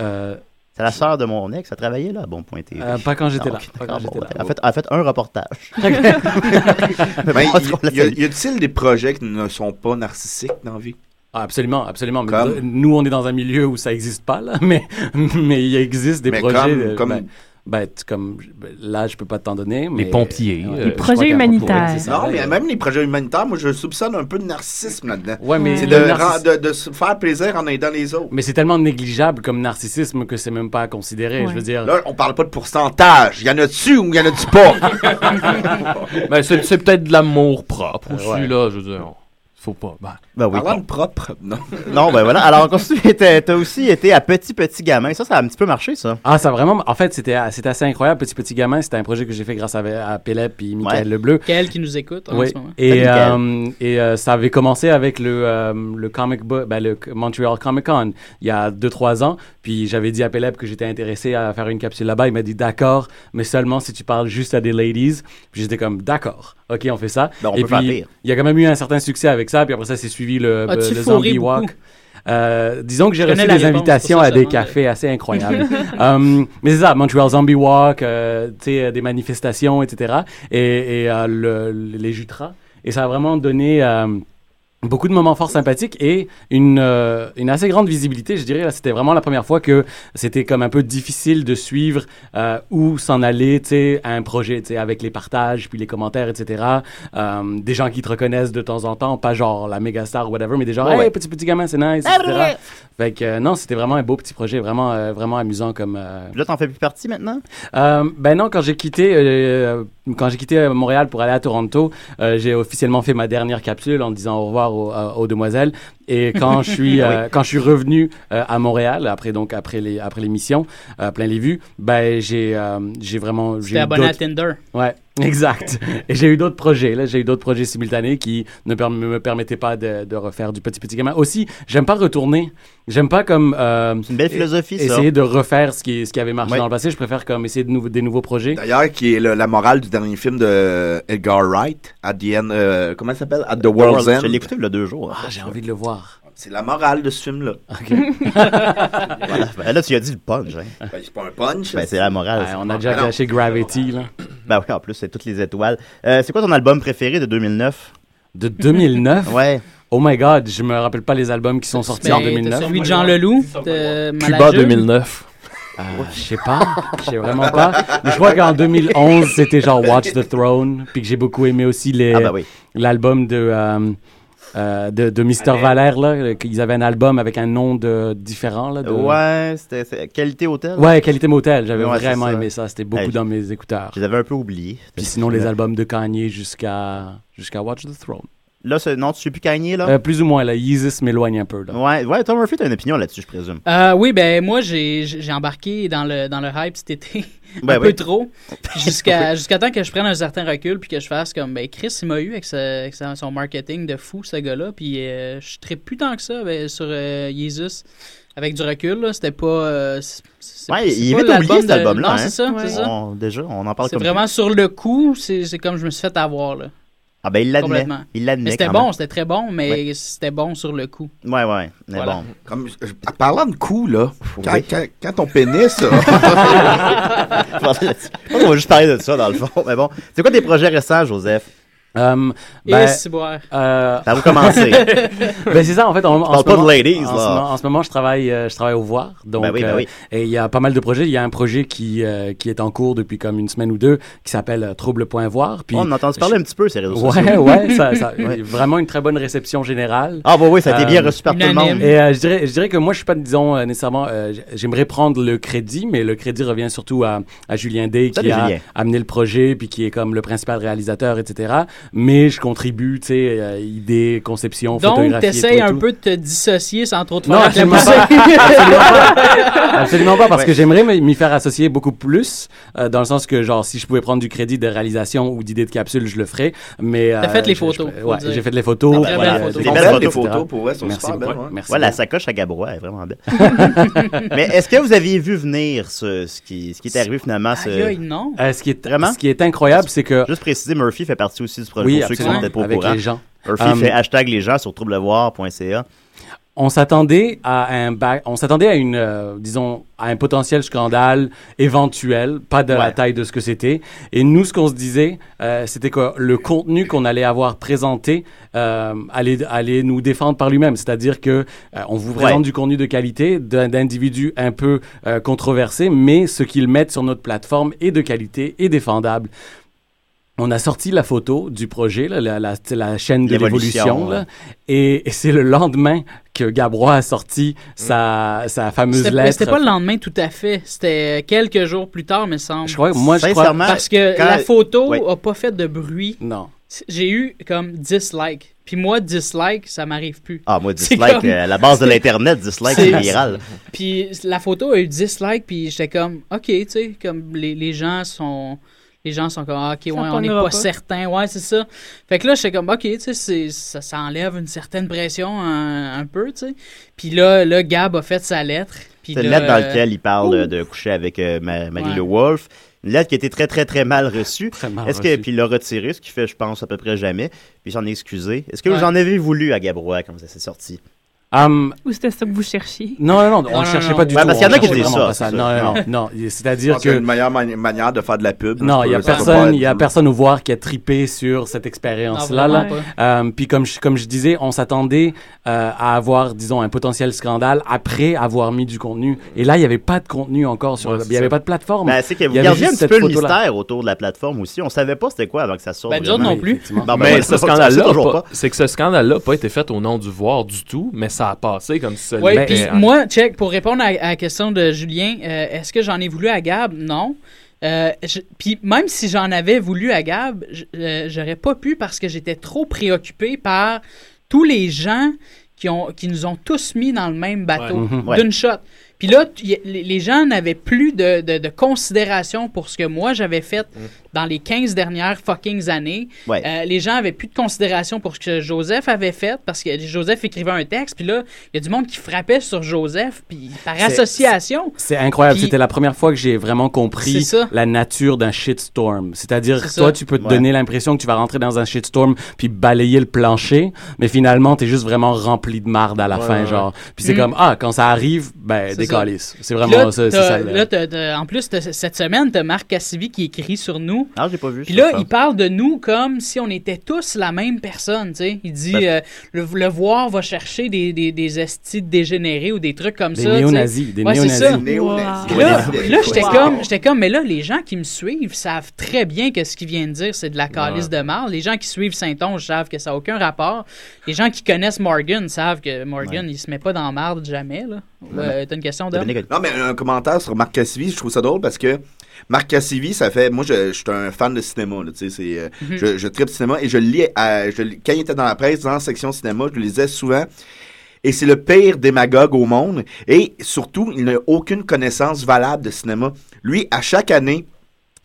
[SPEAKER 19] Euh,
[SPEAKER 13] C'est la sœur de mon ex, elle travaillait là à Bon Point TV.
[SPEAKER 19] Euh, pas quand j'étais
[SPEAKER 13] Donc,
[SPEAKER 19] là, pas quand
[SPEAKER 13] ah, bon,
[SPEAKER 19] j'étais là.
[SPEAKER 13] Elle a fait, elle a fait un reportage. Mais
[SPEAKER 15] Mais
[SPEAKER 13] bon, on la
[SPEAKER 15] y, y a-
[SPEAKER 13] salue.
[SPEAKER 15] y a-t-il des projets qui ne sont pas narcissiques dans la vie?
[SPEAKER 19] Ah, absolument, absolument. Mais
[SPEAKER 15] Comme?
[SPEAKER 19] de- nous, on est dans un milieu où ça n'existe pas, là, mais, mais il existe des
[SPEAKER 15] Mais
[SPEAKER 19] projets.
[SPEAKER 15] comme-
[SPEAKER 19] de-
[SPEAKER 15] comme-
[SPEAKER 19] ben, ben, tu- comme, ben, là, je peux pas t'en donner.
[SPEAKER 16] Les
[SPEAKER 19] Mais,
[SPEAKER 16] pompiers,
[SPEAKER 19] Ouais,
[SPEAKER 16] euh,
[SPEAKER 19] je
[SPEAKER 16] Les
[SPEAKER 19] crois
[SPEAKER 16] projets
[SPEAKER 19] qu'un-
[SPEAKER 16] humanitaires.
[SPEAKER 19] ouais, c'est ça,
[SPEAKER 15] Non, mais
[SPEAKER 19] ouais.
[SPEAKER 15] même les projets humanitaires, moi, je soupçonne un peu de narcissisme là-dedans.
[SPEAKER 19] Ouais, mais
[SPEAKER 15] c'est de,
[SPEAKER 19] le
[SPEAKER 15] ren-
[SPEAKER 19] narciss-
[SPEAKER 15] de- de se faire plaisir en aidant les autres.
[SPEAKER 19] Mais c'est tellement négligeable comme narcissisme que c'est même pas à considérer.
[SPEAKER 15] Ouais.
[SPEAKER 19] Je veux dire.
[SPEAKER 15] Là, on parle pas de pourcentage. Il y en a-tu ou il y en a-tu pas?
[SPEAKER 16] Ben, c'est c'est peut-être de l'amour propre
[SPEAKER 15] Euh,
[SPEAKER 16] aussi,
[SPEAKER 15] ouais.
[SPEAKER 16] là, je veux dire. Faut pas. Ben,
[SPEAKER 13] Ben oui.
[SPEAKER 15] Parlant de propre, non.
[SPEAKER 13] Non, ben voilà. Alors, on continue. T'as t'as aussi été à Petit Petit Gamin. Ça, ça a un petit peu marché, ça.
[SPEAKER 19] Ah, ça a vraiment. En fait, c'était c'était assez incroyable. Petit Petit Gamin, c'était un projet que j'ai fait grâce à, à Pélep et Michael
[SPEAKER 18] Ouais.
[SPEAKER 19] Lebleu.
[SPEAKER 18] Michael qui nous écoute hein, en
[SPEAKER 19] Oui.
[SPEAKER 18] ce moment.
[SPEAKER 19] Et,
[SPEAKER 18] Salut, Michael.
[SPEAKER 19] euh, et euh, ça avait commencé avec le, euh, le, comic book, ben, le Montreal Comic Con il y a 2-3 ans. Puis j'avais dit à Pélep que j'étais intéressé à faire une capsule là-bas. Il m'a dit d'accord, mais seulement si tu parles juste à des ladies. Puis j'étais comme d'accord. OK, on fait ça.
[SPEAKER 13] Ben, on
[SPEAKER 19] et
[SPEAKER 13] peut
[SPEAKER 19] puis,
[SPEAKER 13] faire pire.
[SPEAKER 19] il y a quand même eu un certain succès avec ça. Puis après ça, c'est suivi le,
[SPEAKER 18] As-tu
[SPEAKER 19] le
[SPEAKER 18] fourré
[SPEAKER 19] Zombie
[SPEAKER 18] Ah, beaucoup?
[SPEAKER 19] Walk. Euh, disons que j'ai
[SPEAKER 18] Je connais
[SPEAKER 19] reçu des
[SPEAKER 18] la réponse,
[SPEAKER 19] invitations
[SPEAKER 18] pour ça,
[SPEAKER 19] à
[SPEAKER 18] je
[SPEAKER 19] des
[SPEAKER 18] demande.
[SPEAKER 19] cafés assez incroyables. Um, mais c'est ça, Montreal Zombie Walk, euh, tu sais, euh, des manifestations, etc. Et, et, euh, le- les Jutras. Et ça a vraiment donné euh, beaucoup de moments fort sympathiques et une, euh, une assez grande visibilité, je dirais. Là, C'était vraiment la première fois que c'était comme un peu difficile de suivre euh, où s'en aller, tu sais, à un projet, tu sais, avec les partages, puis les commentaires, etc. Euh, des gens qui te reconnaissent de temps en temps, pas genre la méga star ou whatever, mais des gens,
[SPEAKER 13] Ouais,
[SPEAKER 19] hey,
[SPEAKER 13] ouais.
[SPEAKER 19] petit petit gamin, c'est nice,
[SPEAKER 13] Ah,
[SPEAKER 19] etc.
[SPEAKER 13] ouais.
[SPEAKER 19] Fait que euh, non, c'était vraiment un beau petit projet, vraiment, euh, vraiment amusant comme.
[SPEAKER 13] Là, t'en fais plus partie maintenant?
[SPEAKER 19] ben non, quand j'ai quitté, euh, quand j'ai quitté euh, Montréal pour aller à Toronto, euh, j'ai officiellement fait ma dernière capsule en disant au revoir aux, euh, aux demoiselles. Et quand je suis, euh,
[SPEAKER 13] Oui.
[SPEAKER 19] quand je suis revenu euh, à Montréal après donc après les après l'émission, euh, plein les vues, ben j'ai euh, j'ai vraiment j'ai
[SPEAKER 18] T'es
[SPEAKER 19] eu
[SPEAKER 18] abonné à
[SPEAKER 19] d'autres-
[SPEAKER 18] Tinder.
[SPEAKER 19] Ouais, exact. Et j'ai eu d'autres projets. Là, j'ai eu d'autres projets simultanés qui ne perm- me permettaient pas de, de refaire du petit petit gamin. Aussi, j'aime pas retourner. J'aime pas comme euh,
[SPEAKER 13] une belle philosophie, ça.
[SPEAKER 19] Essayer de refaire ce qui ce qui avait marché
[SPEAKER 13] Ouais.
[SPEAKER 19] dans le passé. Je préfère comme essayer de nouveaux des nouveaux projets.
[SPEAKER 15] D'ailleurs, qui est le- la morale du dernier film de Edgar Wright, At the End, euh, comment ça s'appelle? At the, World's
[SPEAKER 13] World-
[SPEAKER 15] End.
[SPEAKER 13] Ah, bah, Je l'ai écouté il y a deux jours. en
[SPEAKER 19] Ah,
[SPEAKER 13] fait.
[SPEAKER 19] j'ai envie de le voir.
[SPEAKER 15] C'est la morale de ce film-là.
[SPEAKER 13] Voilà. Ben là, tu as dit le punch. Hein.
[SPEAKER 15] Ben, c'est pas un punch.
[SPEAKER 13] Ben, c'est la morale.
[SPEAKER 19] Ouais, on a déjà gâché Gravity. Là.
[SPEAKER 13] Ben oui, en plus, c'est toutes les étoiles. Euh, c'est quoi ton album préféré de 2009?
[SPEAKER 19] De 2009?
[SPEAKER 13] ouais.
[SPEAKER 19] Oh my God, je me rappelle pas les albums qui sont sortis en
[SPEAKER 18] Ben, t'as
[SPEAKER 19] 2009.
[SPEAKER 18] celui de Jean Leloup, de Ah,
[SPEAKER 19] Cuba
[SPEAKER 18] Malajeu.
[SPEAKER 19] 2009. Euh, je sais pas, je sais vraiment pas. Mais je crois qu'en 2011, c'était genre Watch the Throne, puis que j'ai beaucoup aimé aussi les-
[SPEAKER 13] Ah bah oui.
[SPEAKER 19] l'album de, euh, euh, de, de Mr. Valère, là, euh, qu'ils avaient un album avec un nom de, différent. Là, de-
[SPEAKER 13] Ouais, c'était c'est- Qualité Hôtel.
[SPEAKER 19] Ouais, Qualité Motel, j'avais
[SPEAKER 13] Ouais, c'est
[SPEAKER 19] vraiment
[SPEAKER 13] ça.
[SPEAKER 19] aimé ça, c'était beaucoup
[SPEAKER 13] Ouais,
[SPEAKER 19] dans mes écouteurs.
[SPEAKER 13] Je les avais un peu oubliés. Euh,
[SPEAKER 19] Puis sinon, les albums de Kanye jusqu'à jusqu'à Watch the Throne.
[SPEAKER 13] Là, c'est- non, tu suis plus Kanye, là?
[SPEAKER 19] Euh, plus ou moins, là, Yeezus m'éloigne un peu. Là.
[SPEAKER 13] Ouais, ouais, Tom Murphy, t'as une opinion là-dessus, je présume.
[SPEAKER 18] Euh, oui, ben moi, j'ai j'ai embarqué dans le, dans le hype cet été. un
[SPEAKER 13] Ben
[SPEAKER 18] peu
[SPEAKER 13] oui.
[SPEAKER 18] trop. Jusqu'à jusqu'à temps que je prenne un certain recul puis que je fasse comme, ben Chris, il m'a eu avec, ce- avec sa- son marketing de fou, ce gars-là. Puis euh, je serais plus tant que ça ben, sur euh, Jesus. Avec du recul, là, c'était pas. euh, c'est- c'est-
[SPEAKER 13] Ouais,
[SPEAKER 18] c'est
[SPEAKER 13] il est
[SPEAKER 18] pas
[SPEAKER 13] vite oublié,
[SPEAKER 18] l'album
[SPEAKER 13] cet
[SPEAKER 18] de-
[SPEAKER 13] album-là.
[SPEAKER 18] Non,
[SPEAKER 13] hein.
[SPEAKER 18] c'est ça. c'est ça.
[SPEAKER 13] On- Déjà, on en parle
[SPEAKER 18] C'est
[SPEAKER 13] comme
[SPEAKER 18] vraiment sur le coup, c'est c'est comme je me suis fait avoir. Là.
[SPEAKER 13] Ah ben, il l'admet.
[SPEAKER 18] Complètement.
[SPEAKER 13] Il l'admet
[SPEAKER 18] Mais C'était
[SPEAKER 13] quand
[SPEAKER 18] bon,
[SPEAKER 13] même.
[SPEAKER 18] c'était très bon, mais c'était bon sur le coup.
[SPEAKER 13] Ouais, ouais, mais
[SPEAKER 18] Voilà.
[SPEAKER 13] bon.
[SPEAKER 15] Comme, je- en parlant de coups, là, quand,
[SPEAKER 13] Oui.
[SPEAKER 15] quand, quand ton pénis...
[SPEAKER 13] Je pense que- on va juste parler de ça, dans le fond. Mais bon, c'est quoi tes projets récents, Joseph?
[SPEAKER 19] Um,
[SPEAKER 18] ben, ciboire.
[SPEAKER 19] euh,
[SPEAKER 13] Ça va commencer.
[SPEAKER 19] ben c'est ça en fait. On,
[SPEAKER 13] parle pas de ladies,
[SPEAKER 19] en,
[SPEAKER 13] là.
[SPEAKER 19] ce moment, en ce moment, je travaille, euh, je travaille au voir. Donc,
[SPEAKER 13] Ben oui, ben
[SPEAKER 19] euh,
[SPEAKER 13] oui.
[SPEAKER 19] et il y a pas mal de projets. Il y a un projet qui euh, qui est en cours depuis comme une semaine ou deux qui s'appelle euh, Trouble.voir. Puis
[SPEAKER 13] Oh, on en a entendu parler un petit peu, ces réseaux
[SPEAKER 19] Ouais,
[SPEAKER 13] sociaux.
[SPEAKER 19] ouais, ça, ça-
[SPEAKER 13] Ouais.
[SPEAKER 19] vraiment une très bonne réception générale.
[SPEAKER 13] Ah, bah oui, ça a été
[SPEAKER 19] Euh,
[SPEAKER 13] bien reçu par tout le monde.
[SPEAKER 19] Et euh, je, dirais, je dirais que moi, je suis pas, disons, euh, nécessairement, euh, j- j'aimerais prendre le crédit, mais le crédit revient surtout à, à Julien Day
[SPEAKER 13] Salut,
[SPEAKER 19] qui a
[SPEAKER 13] Julien.
[SPEAKER 19] amené le projet, puis qui est comme le principal réalisateur, etc. Mais je contribue, tu sais, euh, idées, conception,
[SPEAKER 18] Donc,
[SPEAKER 19] photographie. et tout
[SPEAKER 18] t'essayes
[SPEAKER 19] et
[SPEAKER 18] un
[SPEAKER 19] tout.
[SPEAKER 18] peu de te dissocier sans trop te
[SPEAKER 19] Non,
[SPEAKER 18] faire avec la
[SPEAKER 19] absolument pas.
[SPEAKER 18] musique.
[SPEAKER 19] Absolument pas, parce
[SPEAKER 18] Ouais.
[SPEAKER 19] que j'aimerais m- m'y faire associer beaucoup plus, euh, dans le sens que, genre, si je pouvais prendre du crédit de réalisation ou d'idées de capsule, je le ferais. Mais.
[SPEAKER 18] T'as
[SPEAKER 19] euh,
[SPEAKER 18] fait les
[SPEAKER 19] je-
[SPEAKER 18] photos,
[SPEAKER 19] je-
[SPEAKER 18] faut
[SPEAKER 19] ouais,
[SPEAKER 18] dire.
[SPEAKER 19] j'ai fait les photos.
[SPEAKER 18] Des très
[SPEAKER 19] voilà,
[SPEAKER 18] belles photos.
[SPEAKER 19] des
[SPEAKER 13] Des
[SPEAKER 19] belles
[SPEAKER 13] belles
[SPEAKER 19] photos,
[SPEAKER 13] photos,
[SPEAKER 15] pour vrai, sont
[SPEAKER 19] Merci
[SPEAKER 15] super hein.
[SPEAKER 19] beaucoup.
[SPEAKER 15] belles, ouais.
[SPEAKER 19] Merci
[SPEAKER 13] Ouais, la
[SPEAKER 19] beaucoup.
[SPEAKER 13] sacoche à Gabrois est vraiment belle. Mais est-ce que vous aviez vu venir ce, ce qui, ce qui est arrivé finalement? Ce...
[SPEAKER 18] Aïe, aïe, non.
[SPEAKER 19] Euh, ce qui est
[SPEAKER 13] Vraiment?
[SPEAKER 19] Ce qui est incroyable, c'est que.
[SPEAKER 13] Juste préciser, Murphy fait partie aussi du projet
[SPEAKER 19] Oui,
[SPEAKER 13] pour ceux qui sont
[SPEAKER 19] absolument,
[SPEAKER 13] peut-être pas au
[SPEAKER 19] avec
[SPEAKER 13] courant.
[SPEAKER 19] les gens.
[SPEAKER 13] Murphy
[SPEAKER 19] Hum.
[SPEAKER 13] fait hashtag les gens sur troublevoir.ca.
[SPEAKER 19] Euh, on s'attendait à un ba- on s'attendait à une euh, disons à un potentiel scandale éventuel, pas de la taille de ce que c'était. Et nous, ce qu'on se disait, euh, c'était que le contenu qu'on allait avoir présenté euh, allait, allait nous défendre par lui-même. C'est-à-dire que euh, on vous
[SPEAKER 13] Ouais.
[SPEAKER 19] présente du contenu de qualité d'un- d'individus un peu euh, controversés, mais ce qu'ils mettent sur notre plateforme est de qualité et défendable. On a sorti la photo du projet, là, la, la- la chaîne de
[SPEAKER 13] L'évolution,
[SPEAKER 19] l'évolution, là.
[SPEAKER 13] ouais.
[SPEAKER 19] et, et c'est le lendemain que Gabrois a sorti
[SPEAKER 13] Mm.
[SPEAKER 19] sa, sa fameuse
[SPEAKER 18] C'était mais
[SPEAKER 19] lettre.
[SPEAKER 18] c'était pas le lendemain tout à fait. C'était quelques jours plus tard, me semble.
[SPEAKER 19] Je crois- moi, je crois- Sincèrement,
[SPEAKER 18] Parce que
[SPEAKER 19] quand-
[SPEAKER 18] la photo
[SPEAKER 19] Oui.
[SPEAKER 18] a pas fait de bruit.
[SPEAKER 19] Non.
[SPEAKER 18] J'ai eu comme 10 likes. Puis moi, 10 likes, ça m'arrive plus.
[SPEAKER 13] Ah, moi,
[SPEAKER 18] C'est
[SPEAKER 13] dislike,
[SPEAKER 18] comme-
[SPEAKER 13] euh, à la base de l'Internet, dislike,
[SPEAKER 18] C'est-
[SPEAKER 13] c'est viral.
[SPEAKER 18] Puis la photo a eu 10 likes, puis j'étais comme, OK, tu sais, comme les, les gens sont. Les gens sont comme, ah, OK, ouais, on n'est
[SPEAKER 17] tournera pas.
[SPEAKER 18] pas, certain, ouais, c'est ça. Fait que là, j'étais comme, OK, tu sais, c'est- ça, ça enlève une certaine pression un, un peu, tu sais. Puis là, là, Gab a fait sa lettre. puis
[SPEAKER 13] C'est une
[SPEAKER 18] là,
[SPEAKER 13] lettre dans
[SPEAKER 18] euh,
[SPEAKER 13] laquelle il parle euh, de coucher avec euh, Ma- Marie Le Wolf. Une lettre qui a été très, très, très mal reçue.
[SPEAKER 19] mal
[SPEAKER 13] Est-ce que,
[SPEAKER 19] reçue.
[SPEAKER 13] puis il l'a retirée, ce qui fait, je pense, à peu près jamais. Puis il s'en est excusé. Est-ce que
[SPEAKER 17] Ouais.
[SPEAKER 13] vous en avez voulu à Gabrois quand ça s'est sorti?
[SPEAKER 19] Hum,
[SPEAKER 17] Ou c'était ça que vous cherchiez?
[SPEAKER 19] Non, non, non, on
[SPEAKER 13] Non, non,
[SPEAKER 19] ne cherchait
[SPEAKER 13] non.
[SPEAKER 19] pas du
[SPEAKER 13] Ouais,
[SPEAKER 19] tout.
[SPEAKER 13] parce qu'il y en a
[SPEAKER 19] on
[SPEAKER 13] qui
[SPEAKER 19] cherchait
[SPEAKER 13] disent
[SPEAKER 19] vraiment
[SPEAKER 13] ça,
[SPEAKER 19] pas
[SPEAKER 13] c'est
[SPEAKER 19] Non,
[SPEAKER 13] ça.
[SPEAKER 19] non, non,
[SPEAKER 13] Non.
[SPEAKER 19] non, C'est-à-dire
[SPEAKER 13] Je pense qu'il y a
[SPEAKER 19] que.
[SPEAKER 13] une
[SPEAKER 15] meilleure mani- manière de faire de la pub.
[SPEAKER 19] Non, il n'y a
[SPEAKER 15] Ça peut
[SPEAKER 19] personne,
[SPEAKER 15] pas
[SPEAKER 19] il y a
[SPEAKER 15] être-
[SPEAKER 19] personne au voir qui a tripé sur cette expérience-là.
[SPEAKER 15] Non,
[SPEAKER 19] là.
[SPEAKER 15] vraiment
[SPEAKER 19] Euh, puis comme je, comme je disais, on s'attendait euh, à avoir, disons, un potentiel scandale après avoir mis du contenu. Et là, il n'y avait pas de contenu encore sur.
[SPEAKER 13] Ouais,
[SPEAKER 19] le-
[SPEAKER 13] c'est
[SPEAKER 19] il n'y avait
[SPEAKER 13] ça.
[SPEAKER 19] pas de plateforme.
[SPEAKER 13] Ben, c'est que vous
[SPEAKER 19] Oh, Il y avait
[SPEAKER 13] gardiez un
[SPEAKER 19] juste
[SPEAKER 13] petit
[SPEAKER 19] cette
[SPEAKER 13] peu le
[SPEAKER 19] photo-là.
[SPEAKER 13] mystère autour de la plateforme aussi. On savait pas c'était quoi avant que ça sorte.
[SPEAKER 18] Ben, nous autres
[SPEAKER 13] vraiment.
[SPEAKER 18] non plus.
[SPEAKER 13] Bon, ben,
[SPEAKER 16] mais ce
[SPEAKER 13] voilà, c'est pas-
[SPEAKER 16] scandale-là,
[SPEAKER 13] c'est toujours
[SPEAKER 16] pas-
[SPEAKER 13] pas.
[SPEAKER 16] c'est que ce scandale-là n'a pas été fait au nom du voir du tout, mais ça a passé comme si ça
[SPEAKER 18] Ouais,
[SPEAKER 16] l'était,
[SPEAKER 18] puis
[SPEAKER 16] euh,
[SPEAKER 18] moi, check, pour répondre à, à la question de Julien, euh, est-ce que j'en ai voulu à Gab? Non. Euh, je- puis même si j'en avais voulu à Gab, j- euh, j'aurais pas pu parce que j'étais trop préoccupé par tous les gens qui, ont, qui nous ont tous mis dans le même bateau
[SPEAKER 17] Ouais. Mhm. Ouais.
[SPEAKER 18] d'une shot. Puis là, tu- y- les les gens n'avaient plus de, de- de considération pour ce que moi j'avais fait dans les 15 dernières fucking années.
[SPEAKER 13] Ouais.
[SPEAKER 18] Euh, les gens avaient plus de considération pour ce que Joseph avait fait parce que Joseph écrivait un texte, puis là, il y a du monde qui frappait sur Joseph, puis par
[SPEAKER 19] C'est-
[SPEAKER 18] association.
[SPEAKER 19] C'est incroyable.
[SPEAKER 18] Puis-
[SPEAKER 19] C'était la première fois que j'ai vraiment
[SPEAKER 18] C'est
[SPEAKER 19] compris
[SPEAKER 18] ça.
[SPEAKER 19] la nature d'un shitstorm. C'est-à-dire,
[SPEAKER 18] C'est
[SPEAKER 19] toi,
[SPEAKER 18] ça.
[SPEAKER 19] tu peux te
[SPEAKER 18] Ouais.
[SPEAKER 19] donner l'impression que tu vas rentrer dans un shitstorm puis balayer le plancher, mais finalement, t'es juste vraiment rempli de marde à la
[SPEAKER 18] Ouais,
[SPEAKER 19] fin,
[SPEAKER 18] ouais,
[SPEAKER 19] genre.
[SPEAKER 18] ouais.
[SPEAKER 19] Puis c'est
[SPEAKER 18] Mm.
[SPEAKER 19] comme, ah, quand ça arrive, ben,
[SPEAKER 18] C'est
[SPEAKER 19] décalisse.
[SPEAKER 18] ça.
[SPEAKER 19] C'est
[SPEAKER 18] Puis
[SPEAKER 19] vraiment
[SPEAKER 18] là,
[SPEAKER 19] ça. c'est
[SPEAKER 18] t'as-
[SPEAKER 19] ça, le-
[SPEAKER 18] là, t'as- t'as- en plus, t'as- cette semaine, t'as Marc Cassivi qui écrit sur nous.
[SPEAKER 13] Ah, j'ai pas vu.
[SPEAKER 18] Puis
[SPEAKER 13] ça,
[SPEAKER 18] là,
[SPEAKER 13] je pense.
[SPEAKER 18] il parle de nous comme si on était tous la même personne, tu sais. Il dit
[SPEAKER 13] Ben-
[SPEAKER 18] euh, le, le voir va chercher des, des, des estis dégénérés ou des trucs comme
[SPEAKER 19] Des
[SPEAKER 18] ça. tu sais.
[SPEAKER 19] néo-nazis, des
[SPEAKER 18] Ouais, c'est
[SPEAKER 19] néo-nazis.
[SPEAKER 18] ça.
[SPEAKER 19] Des
[SPEAKER 17] Ah.
[SPEAKER 19] néo-nazis.
[SPEAKER 18] Puis là,
[SPEAKER 19] Wow.
[SPEAKER 18] puis là, j'étais
[SPEAKER 19] Wow.
[SPEAKER 18] comme, j'étais comme, mais là, les gens qui me suivent savent très bien que ce qu'il vient de dire, c'est de la calice
[SPEAKER 17] Ouais.
[SPEAKER 18] de marre. Les gens qui suivent Saint-Onge savent que ça n'a aucun rapport. Les gens qui connaissent Morgan savent que Morgan, il se met pas dans marde jamais, là.
[SPEAKER 15] Ouais.
[SPEAKER 18] Euh, T'as une question, Dom?
[SPEAKER 15] Non, mais un commentaire sur Marc Cassivi, je trouve ça drôle parce que Marc Cassivi, ça fait. Moi, je, je suis un fan de cinéma. Là, tu sais, c'est, euh,
[SPEAKER 18] Mhm.
[SPEAKER 15] Je, je tripe cinéma et je le lis. à- je, le lis- quand il était dans la presse, dans la section cinéma, je le lisais souvent. Et c'est le pire démagogue au monde. Et surtout, il n'a aucune connaissance valable de cinéma. Lui, à chaque année,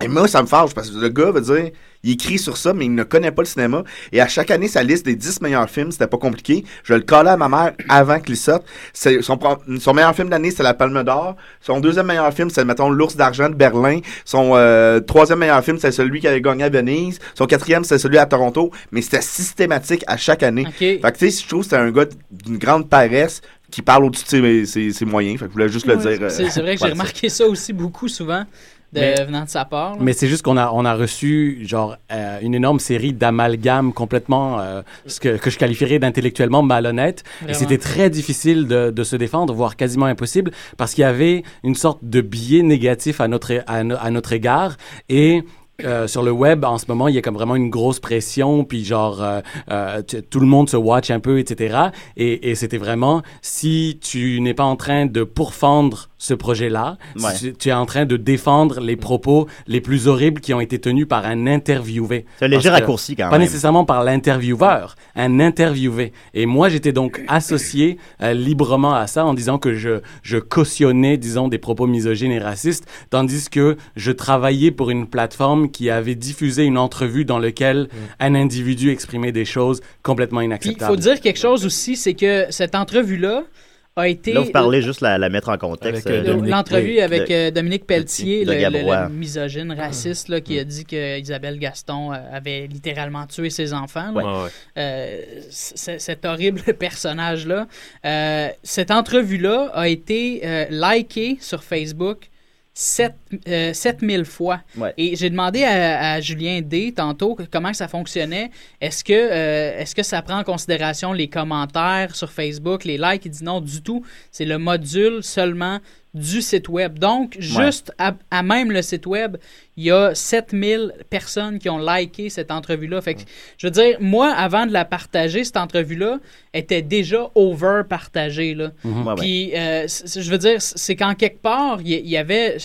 [SPEAKER 15] et moi, ça me fâche parce que le gars veut dire, il écrit sur ça, mais il ne connaît pas le cinéma. Et à chaque année, sa liste des 10 meilleurs films, c'était pas compliqué. Je le collais à ma mère avant qu'il sorte. C'est- Son, pro- son meilleur film d'année, c'est La Palme d'Or. Son deuxième meilleur film, c'est, mettons, L'Ours d'Argent de Berlin. Son euh, troisième meilleur film, c'est celui qui avait gagné à Venise. Son quatrième, c'est celui à Toronto. Mais c'était systématique à chaque année. Fait que, tu sais, je trouve que c'est un gars d'une grande paresse qui parle au-dessus de ses, ses- ses moyens. Fait que je voulais juste le
[SPEAKER 18] Ouais.
[SPEAKER 15] dire. euh,
[SPEAKER 18] C'est c'est vrai que j'ai
[SPEAKER 15] voilà,
[SPEAKER 18] remarqué ça aussi beaucoup souvent, de,
[SPEAKER 19] Mais-
[SPEAKER 18] venant de sa part. là.
[SPEAKER 19] Mais c'est juste qu'on a, on a reçu genre euh, une énorme série d'amalgames complètement euh, ce que, que je qualifierais d'intellectuellement malhonnête. Et
[SPEAKER 18] Vraiment.
[SPEAKER 19] c'était très difficile de, de se défendre, voire quasiment impossible, parce qu'il y avait une sorte de biais négatif à notre, é- à, no- à notre égard. Et euh, sur le web, en ce moment, il y a comme vraiment une grosse pression, puis genre, euh, euh, tu- tout le monde se watch un peu, etc. Et, et c'était vraiment, si tu n'es pas en train de pourfendre ce projet-là, si
[SPEAKER 13] Ouais.
[SPEAKER 19] tu, tu es en train de défendre les propos les plus horribles qui ont été tenus par un interviewé.
[SPEAKER 13] C'est un léger
[SPEAKER 19] Parce que-
[SPEAKER 13] raccourci, quand
[SPEAKER 19] Pas
[SPEAKER 13] même.
[SPEAKER 19] nécessairement par l'intervieweur, un interviewé. Et moi, j'étais donc associé euh, librement à ça en disant que je, je cautionnais, disons, des propos misogynes et racistes, tandis que je travaillais pour une plateforme qui avait diffusé une entrevue dans laquelle
[SPEAKER 13] Mm.
[SPEAKER 19] un individu exprimait des choses complètement
[SPEAKER 18] Puis il
[SPEAKER 19] inacceptables.
[SPEAKER 18] faut dire quelque chose aussi, c'est que cette entrevue-là a été.
[SPEAKER 13] Là, vous parlez juste la, la mettre en contexte.
[SPEAKER 18] Avec, euh,
[SPEAKER 13] euh, Dominique.
[SPEAKER 18] L'entrevue
[SPEAKER 13] Oui,
[SPEAKER 18] avec
[SPEAKER 13] de-
[SPEAKER 18] euh, Dominique Pelletier,
[SPEAKER 13] de
[SPEAKER 18] le, le-
[SPEAKER 13] Gabrois. Mm.
[SPEAKER 18] le misogyne raciste là, qui a dit que Isabelle Gaston euh, avait littéralement tué ses enfants. là.
[SPEAKER 12] Ouais. Ouais, ouais.
[SPEAKER 18] Euh, c- c- cet horrible personnage-là. Euh, cette entrevue-là a été euh, likée sur Facebook 7, 7000 fois.
[SPEAKER 13] Ouais.
[SPEAKER 18] Et j'ai demandé à, à Julien D tantôt que- comment ça fonctionnait. Est-ce que, euh, est-ce que ça prend en considération les commentaires sur Facebook, les likes? Il dit non du tout. C'est le module seulement du site web. Donc, juste à, à même le site web, il y a 7000 personnes qui ont liké cette entrevue-là. Fait que, je veux dire, moi, avant de la partager, cette entrevue-là était déjà over-partagée. là.
[SPEAKER 13] Mhm. Ouais, ouais.
[SPEAKER 18] Puis, euh, c- c- je veux dire, c- c'est qu'en quelque part, il y, il y avait,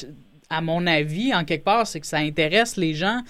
[SPEAKER 18] à mon avis, en quelque part, c'est que ça intéresse les gens.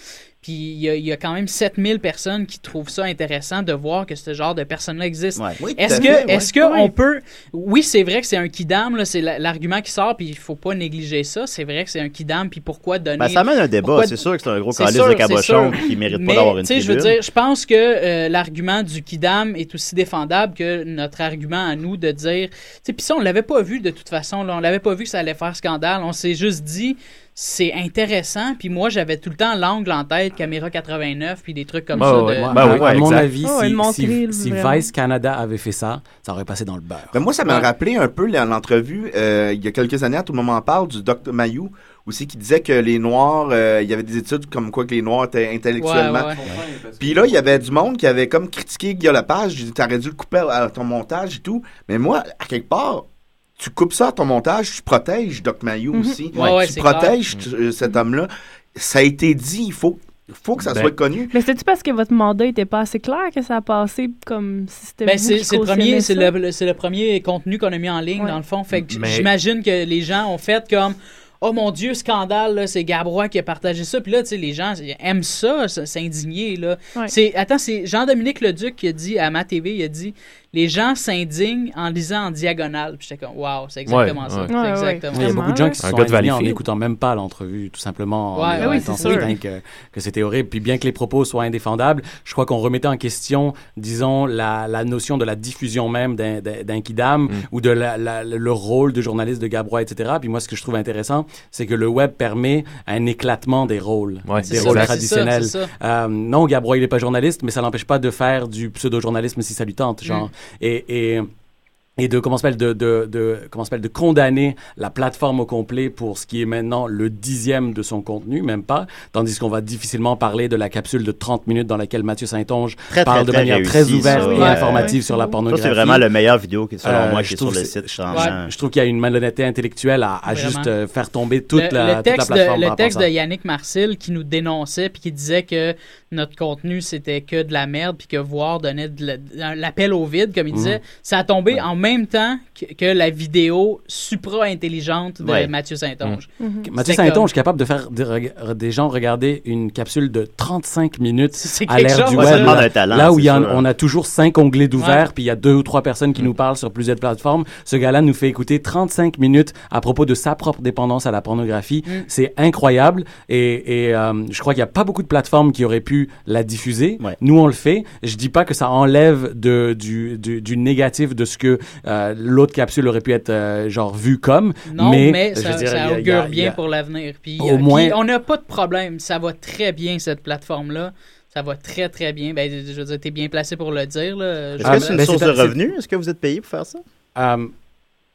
[SPEAKER 18] Puis, il y, a- il y a quand même 7000 personnes qui trouvent ça intéressant de voir que ce genre de personnes-là existent.
[SPEAKER 13] Oui, tout
[SPEAKER 18] est-ce
[SPEAKER 13] à
[SPEAKER 18] que,
[SPEAKER 13] fait, ouais.
[SPEAKER 18] est-ce que on peut. Oui, c'est vrai que c'est un kidam, là, c'est la- l'argument qui sort, puis il faut pas négliger ça. C'est vrai que c'est un kidam, puis pourquoi donner.
[SPEAKER 13] Ben, ça amène un débat.
[SPEAKER 18] pourquoi-
[SPEAKER 13] C'est sûr que c'est un gros
[SPEAKER 18] C'est
[SPEAKER 13] calice
[SPEAKER 18] sûr,
[SPEAKER 13] de
[SPEAKER 18] c'est
[SPEAKER 13] cabochon
[SPEAKER 18] sûr.
[SPEAKER 13] qui mérite pas
[SPEAKER 18] Mais,
[SPEAKER 13] d'avoir une
[SPEAKER 18] tu sais, je veux
[SPEAKER 13] tribune.
[SPEAKER 18] dire, je pense que euh, l'argument du Kidam est aussi défendable que notre argument à nous de dire. tu sais, Puis ça, on l'avait pas vu de toute façon. Là, on l'avait pas vu que ça allait faire scandale. On s'est juste dit, c'est intéressant. Puis moi, j'avais tout le temps l'angle en tête, caméra 89, puis des trucs comme
[SPEAKER 19] Ben
[SPEAKER 18] ça.
[SPEAKER 19] ouais,
[SPEAKER 18] de-
[SPEAKER 19] ouais,
[SPEAKER 18] de-
[SPEAKER 19] à- à mon avis,
[SPEAKER 18] Ah ouais,
[SPEAKER 19] si,
[SPEAKER 18] le montrer,
[SPEAKER 19] si-
[SPEAKER 18] le-
[SPEAKER 19] si
[SPEAKER 18] vraiment.
[SPEAKER 19] Vice Canada avait fait ça, ça aurait passé dans le beurre.
[SPEAKER 15] Ben, moi, ça m'a rappelé un peu la- l'entrevue, euh, il y a quelques années, à tout le moment en parle, du Dr. Mayou, aussi, qui disait que les Noirs, euh, il y avait des études comme quoi que les Noirs étaient intellectuellement.
[SPEAKER 18] Ouais, ouais, ouais.
[SPEAKER 15] Puis là, il y avait du monde qui avait comme critiqué Guillaume Lepage, j'ai dit, t'aurais dû le couper à à ton montage et tout. Mais moi, à quelque part, tu coupes ça à ton montage, tu protèges Doc Mayou
[SPEAKER 18] Mhm.
[SPEAKER 15] aussi.
[SPEAKER 18] Ouais, ouais,
[SPEAKER 15] tu
[SPEAKER 18] c'est
[SPEAKER 15] protèges t- euh, cet homme-là. Ça a été dit, il faut, faut que ça
[SPEAKER 19] Ben.
[SPEAKER 15] soit connu.
[SPEAKER 17] Mais c'est-tu parce que votre mandat était pas assez clair que ça a passé comme si c'était.
[SPEAKER 18] Ben,
[SPEAKER 17] vous
[SPEAKER 18] c'est
[SPEAKER 17] qui
[SPEAKER 18] c'est le
[SPEAKER 17] cautionnez
[SPEAKER 18] premier,
[SPEAKER 17] ça?
[SPEAKER 18] c'est le, le- c'est le premier contenu qu'on a mis en ligne dans le fond.
[SPEAKER 13] Mm.
[SPEAKER 18] Fait que j-
[SPEAKER 16] Mais-
[SPEAKER 18] j'imagine que les gens ont fait comme. Oh mon Dieu, scandale, là, c'est Gabrois qui a partagé ça. Puis là, tu sais, les gens aiment ça, s- s'indigner. Là.
[SPEAKER 17] Ouais.
[SPEAKER 18] C'est, attends, c'est Jean-Dominique Leduc qui a dit à ma TV, il a dit Les gens s'indignent en lisant en diagonale. Puis j'étais comme Waouh, c'est exactement ça. C'est exactement
[SPEAKER 19] Il y a
[SPEAKER 18] ça.
[SPEAKER 19] beaucoup de gens qui se
[SPEAKER 16] Un
[SPEAKER 19] sont
[SPEAKER 16] gars de
[SPEAKER 19] indignés en
[SPEAKER 16] Valleyfield.
[SPEAKER 19] n'écoutant même pas l'entrevue, tout
[SPEAKER 15] Ah,
[SPEAKER 19] simplement.
[SPEAKER 17] Ah
[SPEAKER 18] Ouais,
[SPEAKER 19] en
[SPEAKER 18] ouais, oui,
[SPEAKER 19] étant
[SPEAKER 18] c'est sûr.
[SPEAKER 19] certain que, que c'était horrible. Puis bien que les propos soient indéfendables, je crois qu'on remettait en question, disons, la, la notion de la diffusion même d'un- d'un d'un kidam
[SPEAKER 16] Mm.
[SPEAKER 19] ou de la- la- le rôle de journaliste de Gabrois, etc. Puis moi, ce que je trouve intéressant, c'est que le web permet un éclatement des rôles,
[SPEAKER 16] c'est
[SPEAKER 19] des
[SPEAKER 16] ça,
[SPEAKER 19] rôles
[SPEAKER 16] c'est ça,
[SPEAKER 19] traditionnels.
[SPEAKER 16] c'est ça.
[SPEAKER 19] Euh, non, Gabrois, il n'est pas journaliste, mais ça l'empêche pas de faire du pseudo-journalisme si ça lui tente, genre.
[SPEAKER 16] Mm.
[SPEAKER 19] Et, et, et de, comment ça s'appelle, de, de, de, comment ça s'appelle, de condamner la plateforme au complet pour ce qui est maintenant le dixième de son contenu, même pas. Tandis qu'on va difficilement parler de la capsule de 30 minutes dans laquelle Mathieu Saint-Onge
[SPEAKER 13] Très, très,
[SPEAKER 19] parle de
[SPEAKER 13] très
[SPEAKER 19] manière
[SPEAKER 13] réussi,
[SPEAKER 19] très
[SPEAKER 17] Ah
[SPEAKER 19] ouverte
[SPEAKER 13] ça,
[SPEAKER 19] et
[SPEAKER 13] oui. Ouais,
[SPEAKER 19] informative
[SPEAKER 13] ouais,
[SPEAKER 19] sur la
[SPEAKER 13] ça, c'est
[SPEAKER 19] pornographie.
[SPEAKER 13] vraiment le meilleur vidéo qui, selon moi,
[SPEAKER 19] je
[SPEAKER 13] qui est sur
[SPEAKER 19] trouve
[SPEAKER 13] le
[SPEAKER 19] c'est-
[SPEAKER 13] site,
[SPEAKER 19] je-
[SPEAKER 13] franchement.
[SPEAKER 19] Je, trouve qu'il y a une malhonnêteté intellectuelle à, à
[SPEAKER 18] Vraiment.
[SPEAKER 19] juste euh, faire tomber toute,
[SPEAKER 18] le,
[SPEAKER 19] la,
[SPEAKER 18] le
[SPEAKER 19] toute la
[SPEAKER 18] texte,
[SPEAKER 19] plateforme.
[SPEAKER 18] de,
[SPEAKER 19] par
[SPEAKER 18] le
[SPEAKER 19] rapport à
[SPEAKER 18] texte
[SPEAKER 19] ça.
[SPEAKER 18] de Yannick Marcil qui nous dénonçait puis qui disait que notre contenu c'était que de la merde puis que voir donnait de la- de l'appel au vide comme il
[SPEAKER 19] Mhm.
[SPEAKER 18] disait ça a tombé en même temps que, que la vidéo supra intelligente de
[SPEAKER 19] Ouais.
[SPEAKER 18] Mathieu Saint-Onge
[SPEAKER 19] Mm.
[SPEAKER 18] C'était
[SPEAKER 19] Mathieu
[SPEAKER 18] comme-
[SPEAKER 19] Saint-Onge est capable de faire des, reg- des gens regarder une capsule de 35 minutes à
[SPEAKER 18] quelque
[SPEAKER 19] l'ère
[SPEAKER 18] chose,
[SPEAKER 19] du
[SPEAKER 18] ouais.
[SPEAKER 19] web.
[SPEAKER 18] Ça demande
[SPEAKER 19] là,
[SPEAKER 18] un talent,
[SPEAKER 19] là où
[SPEAKER 18] c'est
[SPEAKER 19] il y a-
[SPEAKER 18] sûr. Mm.
[SPEAKER 19] on a toujours cinq onglets d'ouvert,
[SPEAKER 18] Ouais.
[SPEAKER 19] puis il y a deux ou trois personnes qui nous parlent sur plusieurs plateformes. Ce gars-là nous fait écouter 35 minutes à propos de sa propre dépendance à la pornographie.
[SPEAKER 18] Mm.
[SPEAKER 19] C'est incroyable. Et, et, euh, je crois qu'il n'y a pas beaucoup de plateformes qui auraient pu la diffuser. Nous, on le fait. Je dis pas que ça enlève de, du, du, du négatif de ce que euh, l'autre capsule aurait pu être euh, genre vue comme.
[SPEAKER 18] non mais, ça,
[SPEAKER 19] je veux dire,
[SPEAKER 18] ça
[SPEAKER 19] il y a- il y a-
[SPEAKER 18] augure
[SPEAKER 19] il y
[SPEAKER 18] bien
[SPEAKER 19] a-
[SPEAKER 18] pour l'avenir puis,
[SPEAKER 19] Au
[SPEAKER 18] euh, puis
[SPEAKER 19] moins-
[SPEAKER 18] on n'a pas de problème ça va très bien cette plateforme là ça va très très bien ben, je veux dire t'es bien placé pour le dire là.
[SPEAKER 13] Est-ce
[SPEAKER 18] Je-
[SPEAKER 13] que c'est une
[SPEAKER 19] ben,
[SPEAKER 13] source
[SPEAKER 19] c'est-
[SPEAKER 13] de
[SPEAKER 19] c'est-
[SPEAKER 13] revenus? Est-ce que vous êtes payé pour faire ça?
[SPEAKER 19] Euh,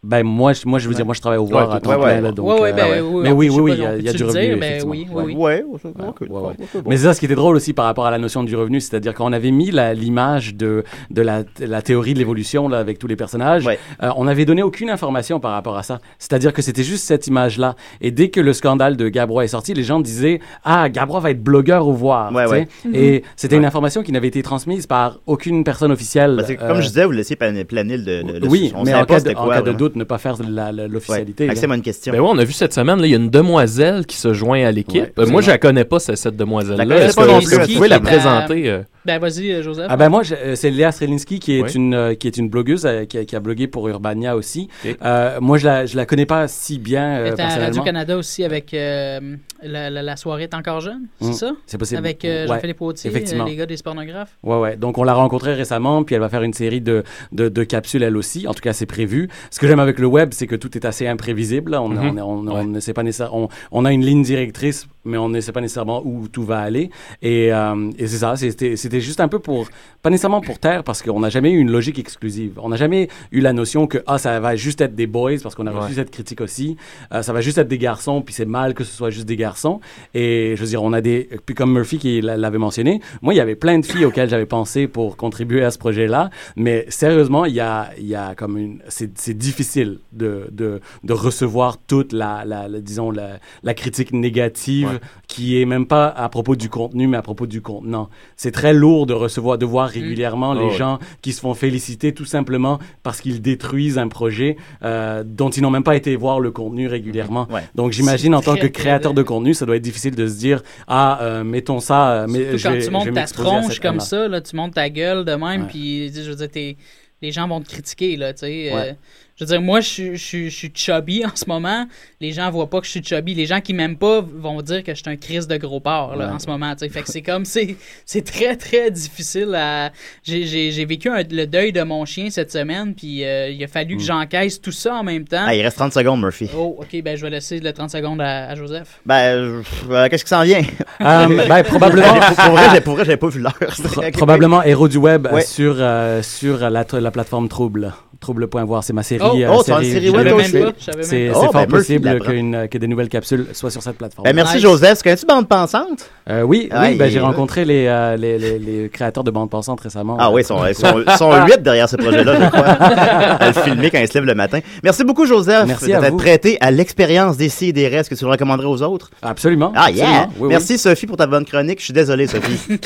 [SPEAKER 19] ben moi, je, moi, je veux dire, moi, je travaille au voir
[SPEAKER 13] Ouais,
[SPEAKER 19] à temps
[SPEAKER 13] ouais,
[SPEAKER 19] plein,
[SPEAKER 13] ouais.
[SPEAKER 19] là, donc,
[SPEAKER 13] Ouais, ouais,
[SPEAKER 19] euh,
[SPEAKER 13] ben,
[SPEAKER 19] ouais.
[SPEAKER 13] oui,
[SPEAKER 19] mais
[SPEAKER 13] on
[SPEAKER 19] oui,
[SPEAKER 13] peut-
[SPEAKER 19] oui,
[SPEAKER 13] je
[SPEAKER 19] oui,
[SPEAKER 13] sais
[SPEAKER 19] il y
[SPEAKER 13] pas,
[SPEAKER 19] a, il y a
[SPEAKER 13] on peut-tu
[SPEAKER 19] du
[SPEAKER 13] le
[SPEAKER 19] revenu,
[SPEAKER 13] dire?
[SPEAKER 18] Ben
[SPEAKER 19] effectivement.
[SPEAKER 18] oui,
[SPEAKER 19] Ouais.
[SPEAKER 18] oui,
[SPEAKER 13] Ouais, ok, ok, ok, ok,
[SPEAKER 19] Mais
[SPEAKER 13] bon.
[SPEAKER 19] c'est ça, ce qui était drôle aussi par rapport à la notion du revenu, c'est-à-dire qu'on avait mis la- l'image de, de la, la théorie de l'évolution là, avec tous les personnages. Euh, on n'avait donné aucune information par rapport à ça. C'est-à-dire que c'était juste cette image-là. Et dès que le scandale de Gabrois est sorti, les gens disaient Ah, Gabrois va être blogueur au voir. tu sais.
[SPEAKER 13] ouais.
[SPEAKER 19] Et
[SPEAKER 13] Mhm.
[SPEAKER 19] c'était une information qui n'avait été transmise par aucune personne officielle.
[SPEAKER 13] Parce que, comme
[SPEAKER 19] euh,
[SPEAKER 13] je disais, vous laissez planer, planer le, le, le
[SPEAKER 19] oui,
[SPEAKER 13] on
[SPEAKER 19] mais
[SPEAKER 13] savait pas
[SPEAKER 19] en cas, de,
[SPEAKER 13] c'était
[SPEAKER 19] en
[SPEAKER 13] quoi,
[SPEAKER 19] cas de
[SPEAKER 13] vraiment.
[SPEAKER 19] doute, ne pas faire la- la- l'officialité. là.
[SPEAKER 13] Maxime a une question.
[SPEAKER 16] Ben ouais, on a vu cette semaine, là, il y a une demoiselle qui se joint à l'équipe. Euh,
[SPEAKER 19] Ouais,
[SPEAKER 16] moi,
[SPEAKER 19] c'est
[SPEAKER 16] je la connais pas, ce- cette demoiselle-là.
[SPEAKER 19] La connais
[SPEAKER 16] Est-ce
[SPEAKER 19] pas
[SPEAKER 16] que
[SPEAKER 19] non
[SPEAKER 16] est-ce que
[SPEAKER 19] plus.
[SPEAKER 16] vous pouvez la
[SPEAKER 19] Qui est à-
[SPEAKER 16] présenter? euh?
[SPEAKER 18] Ben, vas-y, euh, Joseph.
[SPEAKER 19] Ah ben moi, je- euh, c'est Léa Strelinski qui est
[SPEAKER 18] Oui.
[SPEAKER 19] une euh, qui est une blogueuse euh, qui, a, qui a blogué pour Urbania aussi. Euh, moi, je la je la connais pas si bien euh,
[SPEAKER 18] Elle était à
[SPEAKER 19] personnellement.
[SPEAKER 18] Radio-Canada aussi avec euh, la, la- la soirée T'es encore jeune, c'est
[SPEAKER 19] Mm.
[SPEAKER 18] ça?
[SPEAKER 19] C'est possible.
[SPEAKER 18] Avec euh,
[SPEAKER 19] Ouais.
[SPEAKER 18] Jean-Philippe Autier, euh,
[SPEAKER 19] Effectivement.
[SPEAKER 18] les gars des pornographes.
[SPEAKER 19] Ouais, ouais. Donc, on l'a rencontrée récemment, puis elle va faire une série de, de, de capsules, elle aussi. En tout cas, c'est prévu. Ce que j'aime avec le web, c'est que tout est assez imprévisible. là. On,
[SPEAKER 16] Mhm.
[SPEAKER 19] on, on- on ne sait pas nécessairement... On, on a une ligne directrice, mais on ne sait pas nécessairement où tout va aller. Et, euh, et c'est ça. C'était c'était juste un peu pour... Pas nécessairement pour terre, parce qu'on n'a jamais eu une logique exclusive. On n'a jamais eu la notion que, ah, ça va juste être des boys, parce qu'on a reçu
[SPEAKER 16] Ouais.
[SPEAKER 19] cette critique aussi. Euh, ça va juste être des garçons, puis c'est mal que ce soit juste des garçons. Et je veux dire, on a des. Puis comme Murphy qui l'a- l'avait mentionné, moi, il y avait plein de filles auxquelles j'avais pensé pour contribuer à ce projet-là. Mais sérieusement, il y a, Ah, il y a comme une. C'est c'est difficile de, de, de recevoir toute la, la, la- disons, la, la critique négative
[SPEAKER 16] Ouais.
[SPEAKER 19] qui est même pas à propos du contenu, mais à propos du contenant. C'est très lourd de recevoir, de
[SPEAKER 18] Mm.
[SPEAKER 19] voir régulièrement les
[SPEAKER 16] Oh, ouais.
[SPEAKER 19] gens qui se font féliciter tout simplement parce qu'ils détruisent un projet euh, dont ils n'ont même pas été voir le contenu régulièrement. Donc j'imagine
[SPEAKER 18] C'est
[SPEAKER 19] en tant que
[SPEAKER 18] très, très
[SPEAKER 19] créateur de contenu, ça doit être difficile de se dire ah euh, mettons ça, euh, mais
[SPEAKER 18] Surtout
[SPEAKER 19] je
[SPEAKER 18] quand
[SPEAKER 19] vais-
[SPEAKER 18] tu
[SPEAKER 19] je
[SPEAKER 18] montes
[SPEAKER 19] vais
[SPEAKER 18] ta
[SPEAKER 19] m'exposer à cette
[SPEAKER 18] tronche comme
[SPEAKER 19] scène-là.
[SPEAKER 18] ça, là, tu montes ta gueule de même,
[SPEAKER 19] Ouais.
[SPEAKER 18] puis je veux dire, t'es- les gens vont te critiquer. Là, tu sais, euh,
[SPEAKER 19] Ouais.
[SPEAKER 18] je veux dire, moi, je, suis- je suis- je suis chubby en ce moment. Les gens voient pas que je suis chubby. Les gens qui m'aiment pas vont dire que je suis un Chris de gros porc là,
[SPEAKER 19] Ouais.
[SPEAKER 18] en ce moment. tu sais. Fait que c'est comme, c'est c'est très, très difficile. à J'ai- J'ai j'ai vécu un- le deuil de mon chien cette semaine, puis euh, il a fallu que j'encaisse tout ça en même temps.
[SPEAKER 13] Mm. Ah, il reste 30 secondes, Murphy.
[SPEAKER 18] Oh, ok, ben je vais laisser le 30 secondes à, à Joseph.
[SPEAKER 13] Ben, je- euh, qu'est-ce qui s'en vient?
[SPEAKER 19] Euh, ben, probablement-
[SPEAKER 13] pour, pour vrai, j'ai- pour vrai, j'avais pas vu l'heure. C'était-
[SPEAKER 19] Probablement héros du web euh,
[SPEAKER 13] Ouais.
[SPEAKER 19] sur euh, sur la, la plateforme Trouble. Trouble.voir, c'est ma série.
[SPEAKER 13] Oh,
[SPEAKER 19] euh,
[SPEAKER 13] oh, t'as une série web,
[SPEAKER 19] je
[SPEAKER 13] toi
[SPEAKER 19] l'ai
[SPEAKER 13] aussi?
[SPEAKER 19] fait.
[SPEAKER 13] Je savais même pas.
[SPEAKER 19] C'est c'est
[SPEAKER 13] Oh,
[SPEAKER 19] fort
[SPEAKER 13] ben, Murphy
[SPEAKER 19] possible
[SPEAKER 13] l'apprend.
[SPEAKER 19] qu'une- que des nouvelles capsules soient sur cette plateforme.
[SPEAKER 13] Ben, merci, Joseph. Tu connais-tu Bande Pensante?
[SPEAKER 19] Euh, oui,
[SPEAKER 13] Ouais,
[SPEAKER 19] oui ben,
[SPEAKER 13] il-
[SPEAKER 19] j'ai rencontré les, euh, les, les, les créateurs de bande pensante récemment.
[SPEAKER 13] Ah oui, ils sont, ils sont, ils sont huit derrière ce projet-là, je crois. À le filmer quand ils se lèvent le matin. Merci beaucoup, Joseph,
[SPEAKER 19] Merci à
[SPEAKER 13] d'être
[SPEAKER 19] vous.
[SPEAKER 13] prêté à l'expérience d'ici et des restes que tu le recommanderais aux autres.
[SPEAKER 19] Absolument.
[SPEAKER 13] Ah, yeah!
[SPEAKER 19] absolument, oui, oui.
[SPEAKER 13] Merci, Sophie, pour ta bonne chronique. Je suis désolé, Sophie.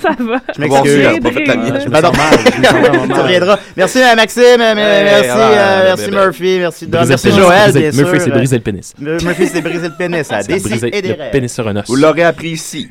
[SPEAKER 17] Ça va.
[SPEAKER 13] Je m'excuse.
[SPEAKER 17] J'ai bris, là.
[SPEAKER 13] Pardon. Tu reviendras. Merci à Maxime, euh, merci,
[SPEAKER 16] ah,
[SPEAKER 13] euh,
[SPEAKER 16] ben,
[SPEAKER 13] merci
[SPEAKER 16] ben,
[SPEAKER 13] Murphy, merci Dom,
[SPEAKER 16] Briser
[SPEAKER 13] merci
[SPEAKER 16] le pénis.
[SPEAKER 13] Joël,
[SPEAKER 16] Briser-
[SPEAKER 13] bien sûr.
[SPEAKER 16] Murphy, c'est briser le pénis.
[SPEAKER 13] Euh, Murphy, c'est briser le pénis. à
[SPEAKER 16] C'est briser
[SPEAKER 13] Décis et des
[SPEAKER 16] le
[SPEAKER 13] rêves.
[SPEAKER 16] pénis sur un os.
[SPEAKER 15] Vous l'aurez appris ici.